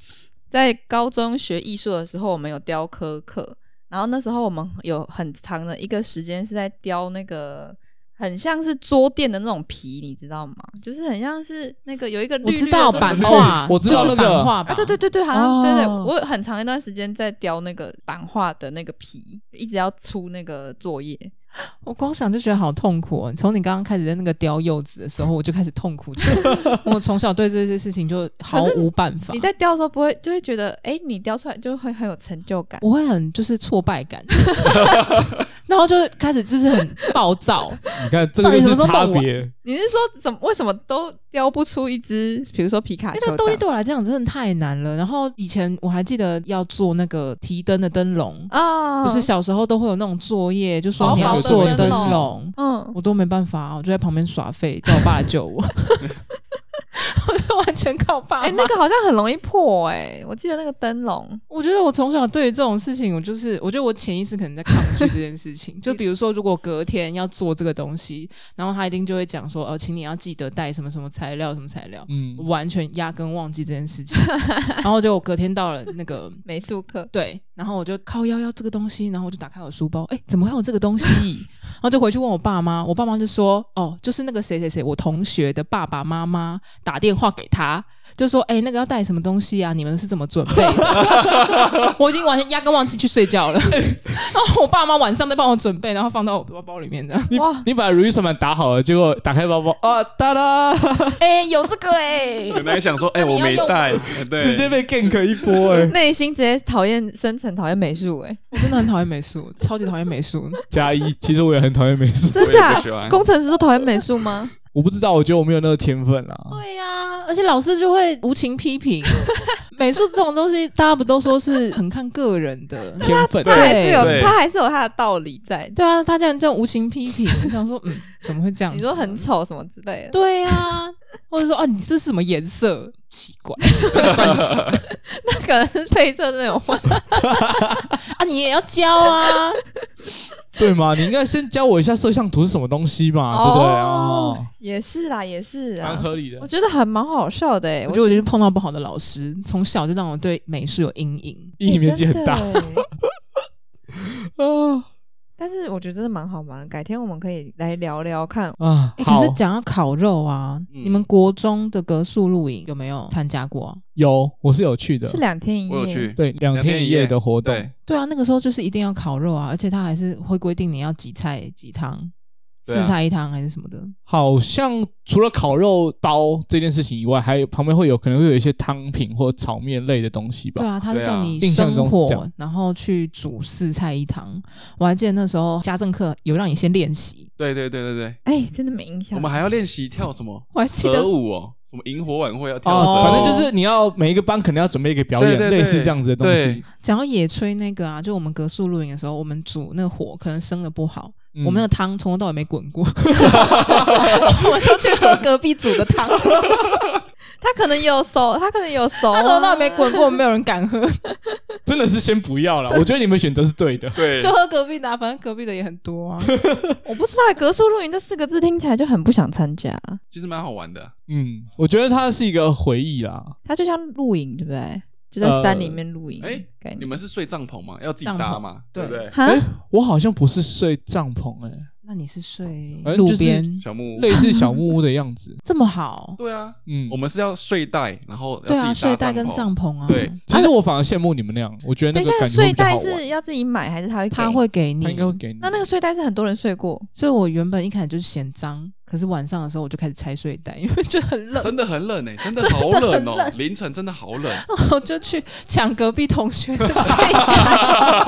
S3: 在高中学艺术的时候，我们有雕刻课，然后那时候我们有很长的一个时间是在雕那个。很像是桌垫的那种皮，你知道吗？就是很像是那个有一个
S2: 我
S3: 绿绿
S2: 哦知
S3: 的
S2: 道
S3: 这种哦
S2: 版
S1: 绿绿
S2: 画，
S1: 我知道
S2: 就是
S1: 那个
S2: 版画吧
S3: 啊，对对对对，好像、
S1: 哦
S3: 对对，我有很长一段时间在雕那个版画的那个皮，一直要出那个作业。
S2: 我光想就觉得好痛苦、哦。从你刚刚开始在那个雕柚子的时候，我就开始痛苦起 来。我从小对这些事情就毫无办法
S3: 你。在雕的时候不会就会觉得，哎、你雕出来就会很有成就感。
S2: 我会很就是挫败感， 然后就开始就是很暴躁，
S1: 你看这个就是差别，
S3: 你是说怎么为什么都雕不出一只，比如说皮卡丘
S2: 那
S3: 这样？
S2: 个东西对我来讲真的太难了。然后以前我还记得要做那个提灯的灯笼，
S3: 啊，
S2: 不是小时候都会有那种作业，就说
S3: 薄
S2: 你要
S3: 薄的
S2: 做
S3: 哦灯
S2: 灯
S3: 笼
S2: 笼，
S3: 嗯，
S2: 我都没办法，啊我就在旁边耍废，叫我爸来救我， 我就完全靠爸妈。
S3: 哎、那个好像很容易破哎、我记得那个灯笼，
S2: 我觉得我从小对于这种事情，我就是我觉得我潜意识可能在抗拒这件事情。就比如说，如果隔天要做这个东西，然后他一定就会讲说：“哦，请你要记得带什么什么材料，什么材料。”
S1: 嗯
S2: 我，完全压根忘记这件事情， 然后结果隔天到了那个
S3: 美术课，
S2: 对，然后我就靠腰腰这个东西，然后我就打开我书包，哎，怎么会有这个 东西？然后就回去问我爸妈，我爸妈就说，哦，就是那个谁谁谁，我同学的爸爸妈妈打电话给他，就说，哎，那个要带什么东西啊？你们是怎么准备的？ 我已经完全压根忘记去睡觉 了。然后我爸妈晚上再帮我准备，然后放到我包包里面的。
S1: 你
S3: 哇
S1: 你把如意算盘打好了，结果打开包包啊，哒啦，
S2: 哎，有这个哎、
S4: 本来想说，哎、
S2: 那你
S4: 我
S2: 要
S4: 没
S2: 用
S4: 带，对，
S1: 直接被 gank 一波 哎、
S3: 内心直接讨厌，深层讨厌美术哎、
S2: 我 真的很讨厌美术，超级讨厌美术。
S1: 加一。其实我也很讨厌美术，
S4: 我
S3: 真
S4: 也不
S3: 假
S4: 喜？欢
S3: 工程师都讨厌美术吗？
S1: 我不知道，我觉得我没有那个天分啊。
S2: 对呀、而且老师就会无情批 评美术这种东西，大家不都说是很看个人的？
S1: 天分，
S3: 他还是有
S4: 对，
S3: 他还是有他的道理在。
S2: 对啊，他这样这样无情批评，我想说，嗯，怎么会这样？
S3: 你说很？丑什么之类的，
S2: 对啊，或者说啊，你这是什么颜色？奇怪
S3: 那可能是配色那种问题。
S2: 啊，你也要教啊？
S1: 对吗？你应该先教我一下摄像头是什么东西嘛，啊对不对
S3: 哦
S1: 哦，
S3: 也是啦，也是
S1: 蛮
S3: 啊，
S1: 合理的
S3: 我。觉得还蛮好笑的哎、
S2: 我觉得我就是碰到不好的老师，从小就让我对美术有阴影。
S1: 阴影面积很大
S3: 欸真的欸
S1: 啊
S3: 但是我觉得真的蛮好玩的，改天我们可以来聊聊看。
S1: 啊！
S2: 欸、可
S1: 好
S2: 是，讲到烤肉啊，
S4: 嗯
S2: 你们国中的格数露营有没有参加过啊、
S1: 有我是有去的
S3: 是，两天一夜，
S4: 我有去，
S1: 对，两
S4: 两天
S1: 天
S4: 一
S1: 一
S4: 夜
S1: 夜的活动，
S4: 对，
S2: 对啊，那个时候就是一定要烤肉啊，而且他还是会规定你要几菜几汤，
S4: 对
S2: 四
S4: 啊
S2: 菜一汤还是什么的。
S1: 好像除了烤肉包这件事情以外，还有旁边会有可能会有一些汤品或炒面类的东西
S2: 对
S1: 吧。
S2: 啊，他是
S4: 对啊
S2: 叫你
S1: 印象
S2: 生
S1: 中是这样
S2: 火，然后去煮四菜一汤。我还记得那时候家政课有让你先练习，
S4: 对对对对对，
S3: 哎、真的没印象。
S4: 我们还要练习跳什么
S2: 我还记得
S4: 蛇舞哦，什么萤火晚会要跳蛇舞，
S1: 哦，反正就是你要每一个班可能要准备一个表
S4: 对对
S1: 演，
S4: 对
S1: 类似这样子的东
S4: 对
S1: 西。
S2: 讲到野炊那个啊，就我们格宿露营的时候，我们煮那个火可能生的不好，
S1: 嗯
S2: 我们的汤从头到尾没滚过，我们都去喝隔壁煮 的汤，
S3: 他可能有熟，他可能有熟、啊，
S2: 它从头到尾没滚过，没有人敢喝，
S1: 真的是先不要了，我觉得你们选择是对的。
S4: 对
S2: 就喝隔壁的、啊，反正隔壁的也很多啊。
S3: 我不知道“格数露营”这四个字听起来就很不想参加，
S4: 其实蛮好玩的。
S1: 嗯，我觉得它是一个回忆啦。
S3: 它就像露营，对不对？就在山里面露营，
S4: 呃哎
S3: 概
S4: 你
S3: 念。
S4: 们是睡帐篷吗？要自己
S2: 帐篷
S4: 搭嘛，对不
S2: 对
S4: 对？
S3: 哈，
S1: 哎我好像不是睡帐篷、欸，
S2: 那你是睡
S1: 呃
S2: 路
S1: 就是
S2: 边、
S4: 小木屋，
S1: 类似小木屋的样子。
S2: 这么好？
S4: 对啊，
S1: 嗯
S4: 我，们是要睡袋，然后
S2: 对
S4: 要
S2: 啊，
S4: 自己
S2: 睡
S4: 搭
S2: 袋跟
S4: 篷。
S2: 帐篷啊，
S4: 对
S1: 其实我反而羡慕你们那样，我觉得
S3: 等
S1: 那
S3: 一
S1: 个
S3: 下，
S1: 感觉会
S3: 睡
S1: 比较好
S3: 袋
S1: 玩。
S3: 是要自己买还是他会给？
S2: 他会给你。
S1: 他应该会给你。
S3: 那那个睡袋是很多人睡过，
S2: 所以我原本一开始就是嫌脏，可是晚上的时候我就开始拆睡袋， 因为就很冷，
S4: 真的很冷哎、真的好冷哦、凌晨真的好冷，
S2: 我就去抢隔壁同学的睡袋，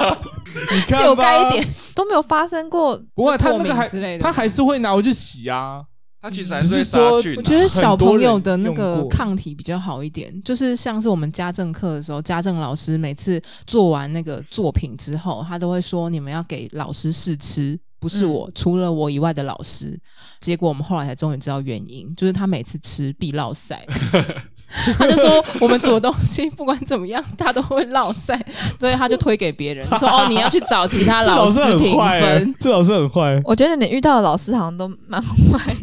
S1: 你看吧
S2: 就该一点。
S3: 都没有发生过。
S1: 不过他那个
S2: 过敏
S1: 还
S2: 之类的
S1: 他还是会拿回去洗啊。
S4: 它其实还
S1: 只
S4: 会
S1: 是
S4: 杀
S1: 说
S4: 菌、
S2: 我
S4: 啊。
S2: 觉得小朋友的那
S1: 很多人
S2: 个
S1: 用过
S2: 抗体比较好一点，就是像是我们家政课的时候，家政老师每次做完那个作品之后，他都会说你们要给老师试吃。不是我，
S1: 嗯
S2: 除了我以外的老师，结果我们后来才终于知道原因，就是他每次吃必 落塞，他就说我们煮的东西不管怎么样，他都会落 塞，所以他就推给别人说哦，你要去找其他老师评分，，
S1: 欸这老师很坏，
S3: 我觉得你遇到的老师好像都蛮坏，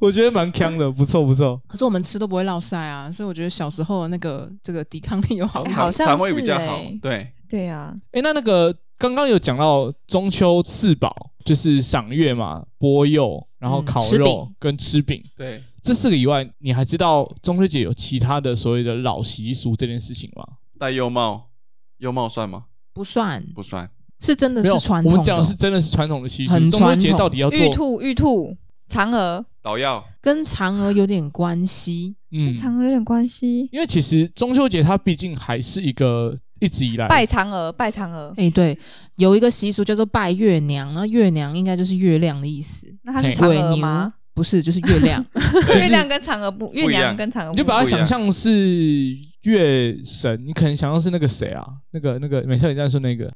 S1: 我觉得蛮强的，不错不错。
S2: 可是我们吃都不会落晒啊，所以我觉得小时候的那个这个抵抗力有好
S4: 好
S2: 一点。
S3: 好
S4: 肠
S3: 像
S4: 肠胃
S3: 是
S4: 比较好
S3: 欸，
S4: 对，
S3: 对啊，
S1: 哎，那那个刚刚有讲到中秋四宝，就是赏月嘛、剥柚，然后
S2: 嗯
S1: 烤
S2: 吃
S1: 肉
S2: 饼
S1: 跟吃饼。
S4: 对，
S1: 这四个以外，你还知道中秋节有其他的所谓的老习俗这件事情吗？
S4: 戴幽帽，幽帽算吗？
S2: 不算，
S4: 不算。
S2: 是真的
S1: 没有
S2: 是，传
S1: 我
S2: 统
S1: 们讲的是
S2: 的，哦
S1: 真的是传统的习俗。
S2: 很
S1: 中秋节
S2: 传统
S1: 到底要做
S3: 玉？兔、玉兔、嫦娥，
S4: 捣药，
S2: 跟嫦娥有点关系。
S1: 嗯
S3: 跟嫦娥有点关系。
S1: 因为其实中秋节它毕竟还是一个一直以来，
S3: 拜嫦娥，拜嫦娥，
S2: 哎、对，有一个习俗叫做拜月娘，那月娘应该就是月亮的意思，
S3: 那她是
S1: 嘿
S3: 嫦
S2: 鬼
S3: 娥
S2: 牛
S3: 吗？
S2: 不是，就是月亮。
S1: 就是
S3: 月亮跟嫦娥不，月
S4: 不一
S3: 娘
S4: 样
S3: 跟嫦娥
S1: 你就把它
S3: 一样
S4: 不一
S1: 想
S4: 样
S1: 象是月神，你可能想象是那个谁啊？那个那个美少女战士那个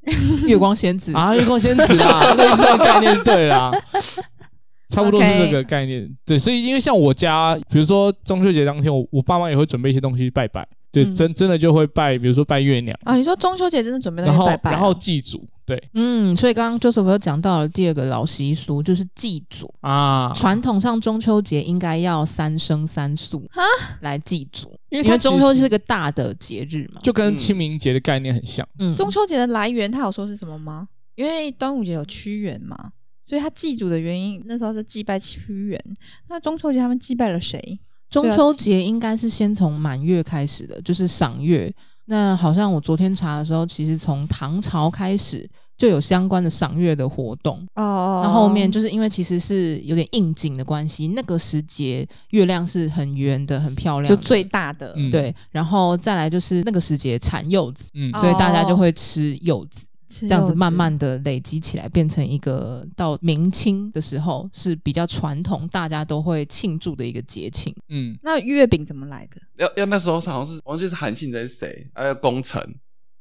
S2: 月光仙子，
S1: 啊，月光仙子 啦，类似这个概念，对啦，差不多是这个概念。对，所以因为像我家，比如说中秋节当天，我我爸妈也会准备一些东西拜拜，对，
S2: 嗯哦
S1: 真真的就会拜，比如说拜月娘，
S3: 啊！你说中秋节真的准备
S1: 然
S3: 东西
S1: 后
S3: 拜拜啊，
S1: 然后祭祖，对
S2: 嗯，所以刚刚 Joseph 又讲到了第二个老习俗，就是祭祖。
S1: 啊，
S2: 传统上中秋节应该要三生三宿
S3: 啊
S2: 来祭祖，
S1: 因为
S2: 因
S1: 它
S2: 为
S1: 其实
S2: 中秋是个大的节日嘛。
S1: 就跟
S3: 嗯
S1: 清明节的概念很像，
S2: 嗯，
S3: 中秋节的来源，他有说是什么吗？因为端午节有屈原嘛，所以他祭祖的原因，那时候是祭拜屈原。那中秋节他们祭拜了谁？
S2: 中秋节应该是先从满月开始的，就是赏月。那好像我昨天查的时候，其实从唐朝开始就有相关的赏月的活动。
S3: 哦
S2: 那后面就是因为其实是有点应景的关系，那个时节月亮是很圆的，很漂亮
S3: 就
S2: 的，
S3: 最大的，
S1: 嗯，
S2: 对。然后再来就是那个时节产柚子，
S1: 嗯，
S3: 哦
S2: 所以大家就会吃柚子，
S3: 这
S2: 这样子慢慢的累积起来，变成一个到明清的时候是比较传统，大家都会庆祝的一个节庆。
S1: 嗯，
S3: 那月饼怎么来的？
S4: 要要那时候是好像是忘记是韩信还是谁，还有工程，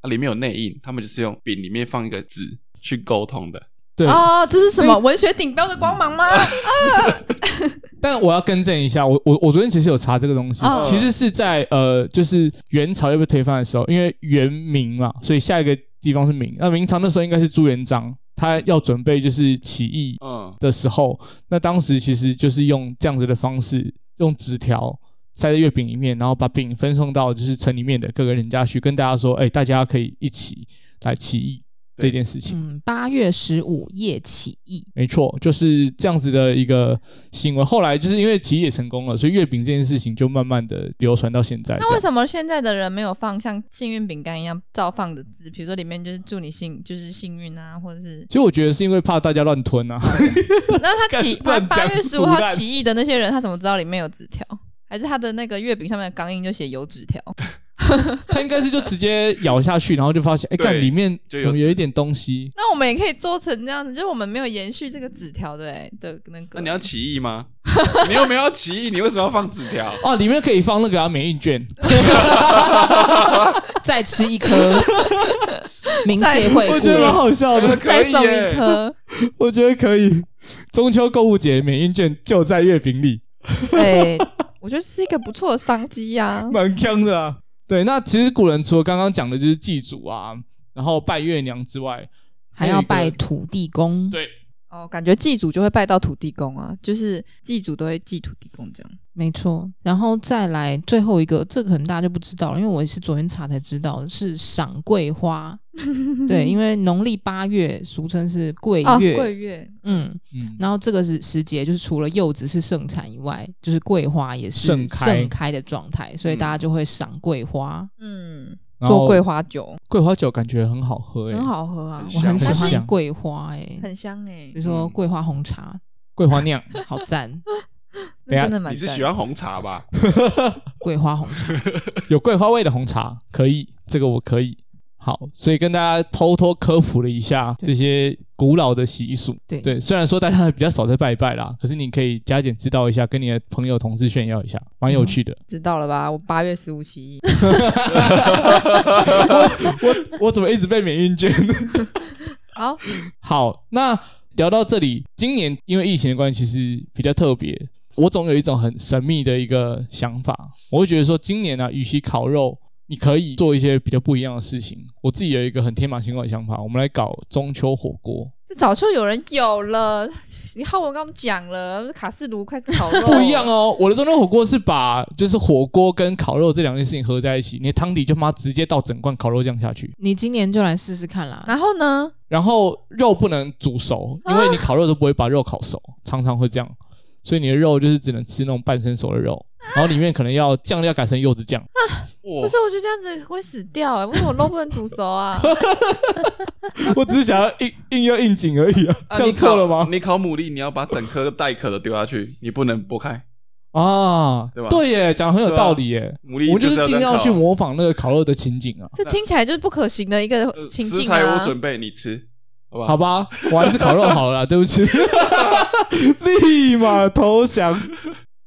S4: 啊里面有内应，他们就是用饼里面放一个纸去沟通的。
S1: 对。
S3: 哦，这是什么
S1: 所
S3: 文学顶标的光芒吗？
S1: 但我要更正一下，我我我昨天其实有查这个东西，
S3: 哦
S1: 其实是在呃，就是元朝要被推翻的时候，因为元明嘛，所以下一个地方是明。那明朝那时候应该是朱元璋，他要准备就是起义
S4: 嗯，
S1: 的时候，那当时其实就是用这样子的方式，用纸条。塞在月饼里面，然后把饼分送到就是城里面的各个人家去，跟大家说，哎、大家可以一起来起义这
S4: 对
S1: 件事情。
S2: 嗯，八月十五夜起义，
S1: 没错，就是这样子的一个新闻。后来就是因为起义也成功了，所以月饼这件事情就慢慢的流传到现在。
S3: 那为
S1: 么？
S3: 什么现在的人没有放像幸运饼干一样照放的字？比如说里面就是祝你幸，就是幸运啊，或者是
S1: 其实我觉得是因为怕大家乱吞啊，
S3: 那他起八
S1: 乱讲
S3: 八月十五号
S1: 胡乱
S3: 起义的那些人，他怎么知道里面有纸条？还是他的那个月饼上面的钢印就写有纸条？
S1: 他应该是就直接咬下去，然后就发现，哎、
S4: 对
S1: 看里面
S4: 就
S1: 怎
S4: 有
S1: 么
S4: 纸
S1: 有一点东西。
S3: 那我们也可以做成这样子，就是我们没有延续这个纸条的、欸、的那个。
S4: 那你要起 义吗？你又没有要起义，你为什么要放纸条？
S1: 哦，里面可以放那个啊，免疫 券，
S2: 再吃 一颗，明谢惠
S1: 我觉得蛮
S2: 顾。
S1: 哎啊好笑的，
S4: 可
S3: 再
S4: 以
S3: 送一
S4: 耶
S3: 颗，
S1: 我觉得可以。中秋购物节免疫券就在月饼里，
S3: 对，哎我觉得是一个不错的商机啊。
S1: 蛮坑的啊。对，那其实古人除了刚刚讲的就是祭祖啊，然后拜月娘之外，
S2: 还要拜土地公，
S1: 对，
S3: 哦，感觉祭祖就会拜到土地公啊，就是祭祖都会祭土地公这样。
S2: 没错。然后再来最后一个，这个可能大家就不知道了，因为我也是昨天查才知道的，是赏 桂花。对，因为农历八月俗称是桂
S3: 哦，
S2: 月，
S3: 桂月，
S2: 嗯，
S1: 嗯，
S2: 然后这个是时节，就是除了柚子是盛产以外，就是桂花也是
S1: 盛开嗯
S2: 盛开的状态，所以大家就会赏桂花。
S3: 嗯，
S1: 然后
S3: 做桂花酒
S1: 桂花酒感觉很好喝、欸，
S3: 很好喝啊
S4: 很，
S2: 我很喜
S1: 香很
S2: 欢
S1: 香
S2: 桂花、欸，哎，
S3: 很香哎、
S2: 比如
S1: 嗯
S2: 说桂花红茶，
S1: 桂花酿。
S2: 好赞，
S1: 等一
S3: 那
S1: 下
S3: 真的蛮
S4: 你是
S3: 赞
S4: 喜欢红茶吧？
S2: 桂花红茶。
S1: 有桂花味的红茶可以，这个我可以。好，所以跟大家偷偷科普了一下这些古老的习俗。
S2: 对
S1: 对，虽然说大家比较少在拜拜啦，可是你可以加减知道一下，跟你的朋友、同事炫耀一下，蛮有趣的。
S3: 知道了吧？我八月十五起义，
S1: 我怎么一直被免运券？
S3: 好，
S1: 好，那聊到这里，今年因为疫情的关系，其实比较特别。我总有一种很神秘的一个想法，我会觉得说，今年呢、啊，与其烤肉，你可以做一些比较不一样的事情。我自己有一个很天马行空的想法，我们来搞中秋火锅，
S3: 这早就有人有了。你浩文刚刚讲了，卡士炉开始烤肉，
S1: 不一样哦。我的中秋火锅是把就是火锅跟烤肉这两件事情合在一起，你的汤底就妈直接倒整罐烤肉酱下去，
S2: 你今年就来试试看啦。
S3: 然后呢？
S1: 然后肉不能煮熟，因为你烤肉都不会把肉烤熟，常常会这样，所以你的肉就是只能吃那种半生熟的肉，然后里面可能要酱料改成柚子酱，
S4: 哇
S1: 哦
S3: 不，是，我觉得这样子会死掉哎、为什么肉不能煮 熟啊？
S1: 我只是想要应应要应景而已啊，
S4: 啊
S1: 这样错了吗？
S4: 你烤你烤牡蛎，你要把整颗带壳的丢下去，你不能剥开。
S1: 啊，
S4: 对吧啊
S1: 对耶，讲得很有道理耶。
S4: 牡蛎
S1: 我就是
S4: 要
S1: 尽
S4: 这样
S1: 量去
S4: 烤
S1: 模仿那个烤肉的情景啊，
S3: 这听起来就是不可行的一个
S4: 呃
S3: 情
S4: 食
S3: 境
S4: 材我
S3: 啊。
S4: 准备，你吃，好不好？
S1: 好吧，我还是烤肉好了啦，对不起， 立马投降。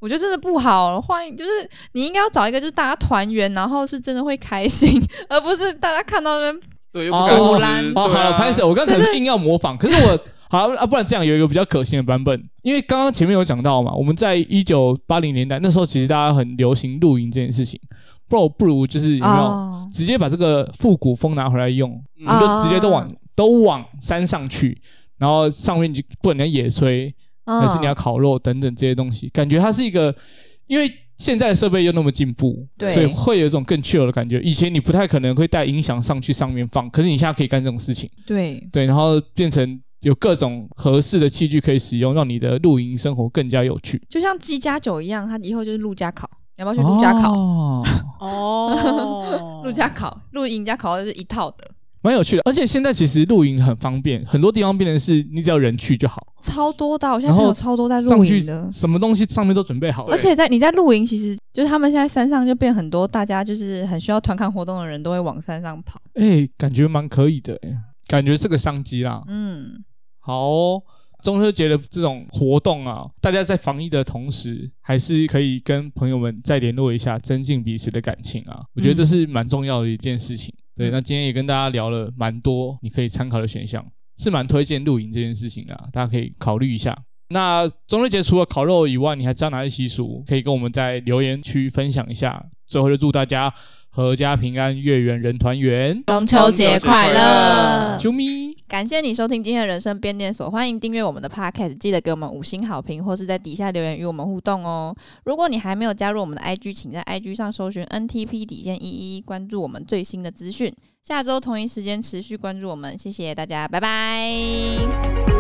S3: 我觉得真的不好，换就是你应该要找一个就是大家团圆，然后是真的会开心，而不是大家看到那边
S4: 对，又不
S1: 哦
S4: 敢吃。
S3: 偶然
S1: 哦，
S4: 对
S1: 好
S4: 啊
S1: 了，潘 Sir，我刚才是硬要模 仿，可是我好啊，不然这样有一个比较可行的版本，因为刚刚前面有讲到嘛，我们在一九八零年代那时候，其实大家很流行露营这件事情，不然我不如就是 有没有、
S3: 哦
S1: 直接把这个复古风拿回来用，
S4: 嗯
S1: 我们就直接都往、
S3: 哦
S1: 都往山上去，然后上面就不管你要野炊，还是你要
S3: 嗯，
S1: 烤肉等等这些东西，感觉它是一个，因为现在的设备又那么进步，
S3: 对
S1: 所以会有一种更 chill 的感觉。以前你不太可能会带音响上去上面放，可是你现在可以干这种事情，
S3: 对，
S1: 对，然后变成有各种合适的器具可以使用，让你的露营生活更加有趣。
S3: 就像鸡加酒一样，它以后就是陆家烤，你要不要去陆家烤？
S1: 哦，
S2: 哦
S3: 陆家烤、露营加烤就是一套的，
S1: 蛮有趣的。而且现在其实露营很方便，很多地方变成是你只要人去就好，
S3: 超多的啊。我现在
S1: 然后
S3: 朋友超多在
S1: 上
S3: 露
S1: 去
S3: 营的，
S1: 什么东西上面都准备好了
S3: 而。且在你在露营，其实就是他们现在山上就变很多，大家就是很需要团看活动的人都会往山上跑。
S1: 哎、感觉蛮可以的、哎，感觉是个商机啦。
S3: 嗯，
S1: 好哦、中秋节的这种活动啊，大家在防疫的同时，还是可以跟朋友们再联络一下，增进彼此的感情啊。我觉得这是蛮重要的一件事情。对，那今天也跟大家聊了蛮多你可以参考的选项，是蛮推荐露营这件事情的啊、大家可以考虑一下。那中秋节除了烤肉以外，你还知道哪些习俗？可以跟我们在留言区分享一下。最后就祝大家阖家平安，月圆人团圆，
S2: 中
S4: 秋节快乐
S1: 啾咪。
S3: 感谢你收听今天的人生变电所，欢迎订阅我们的 podcast，记得给我们五星好评，或是在底下留言与我们互动哦。如果你还没有加入我们的 IG，请在 IG 上搜寻 NTP 底线一一，关注我们最新的资讯。下周同一时间持续关注我们，谢谢大家，拜拜。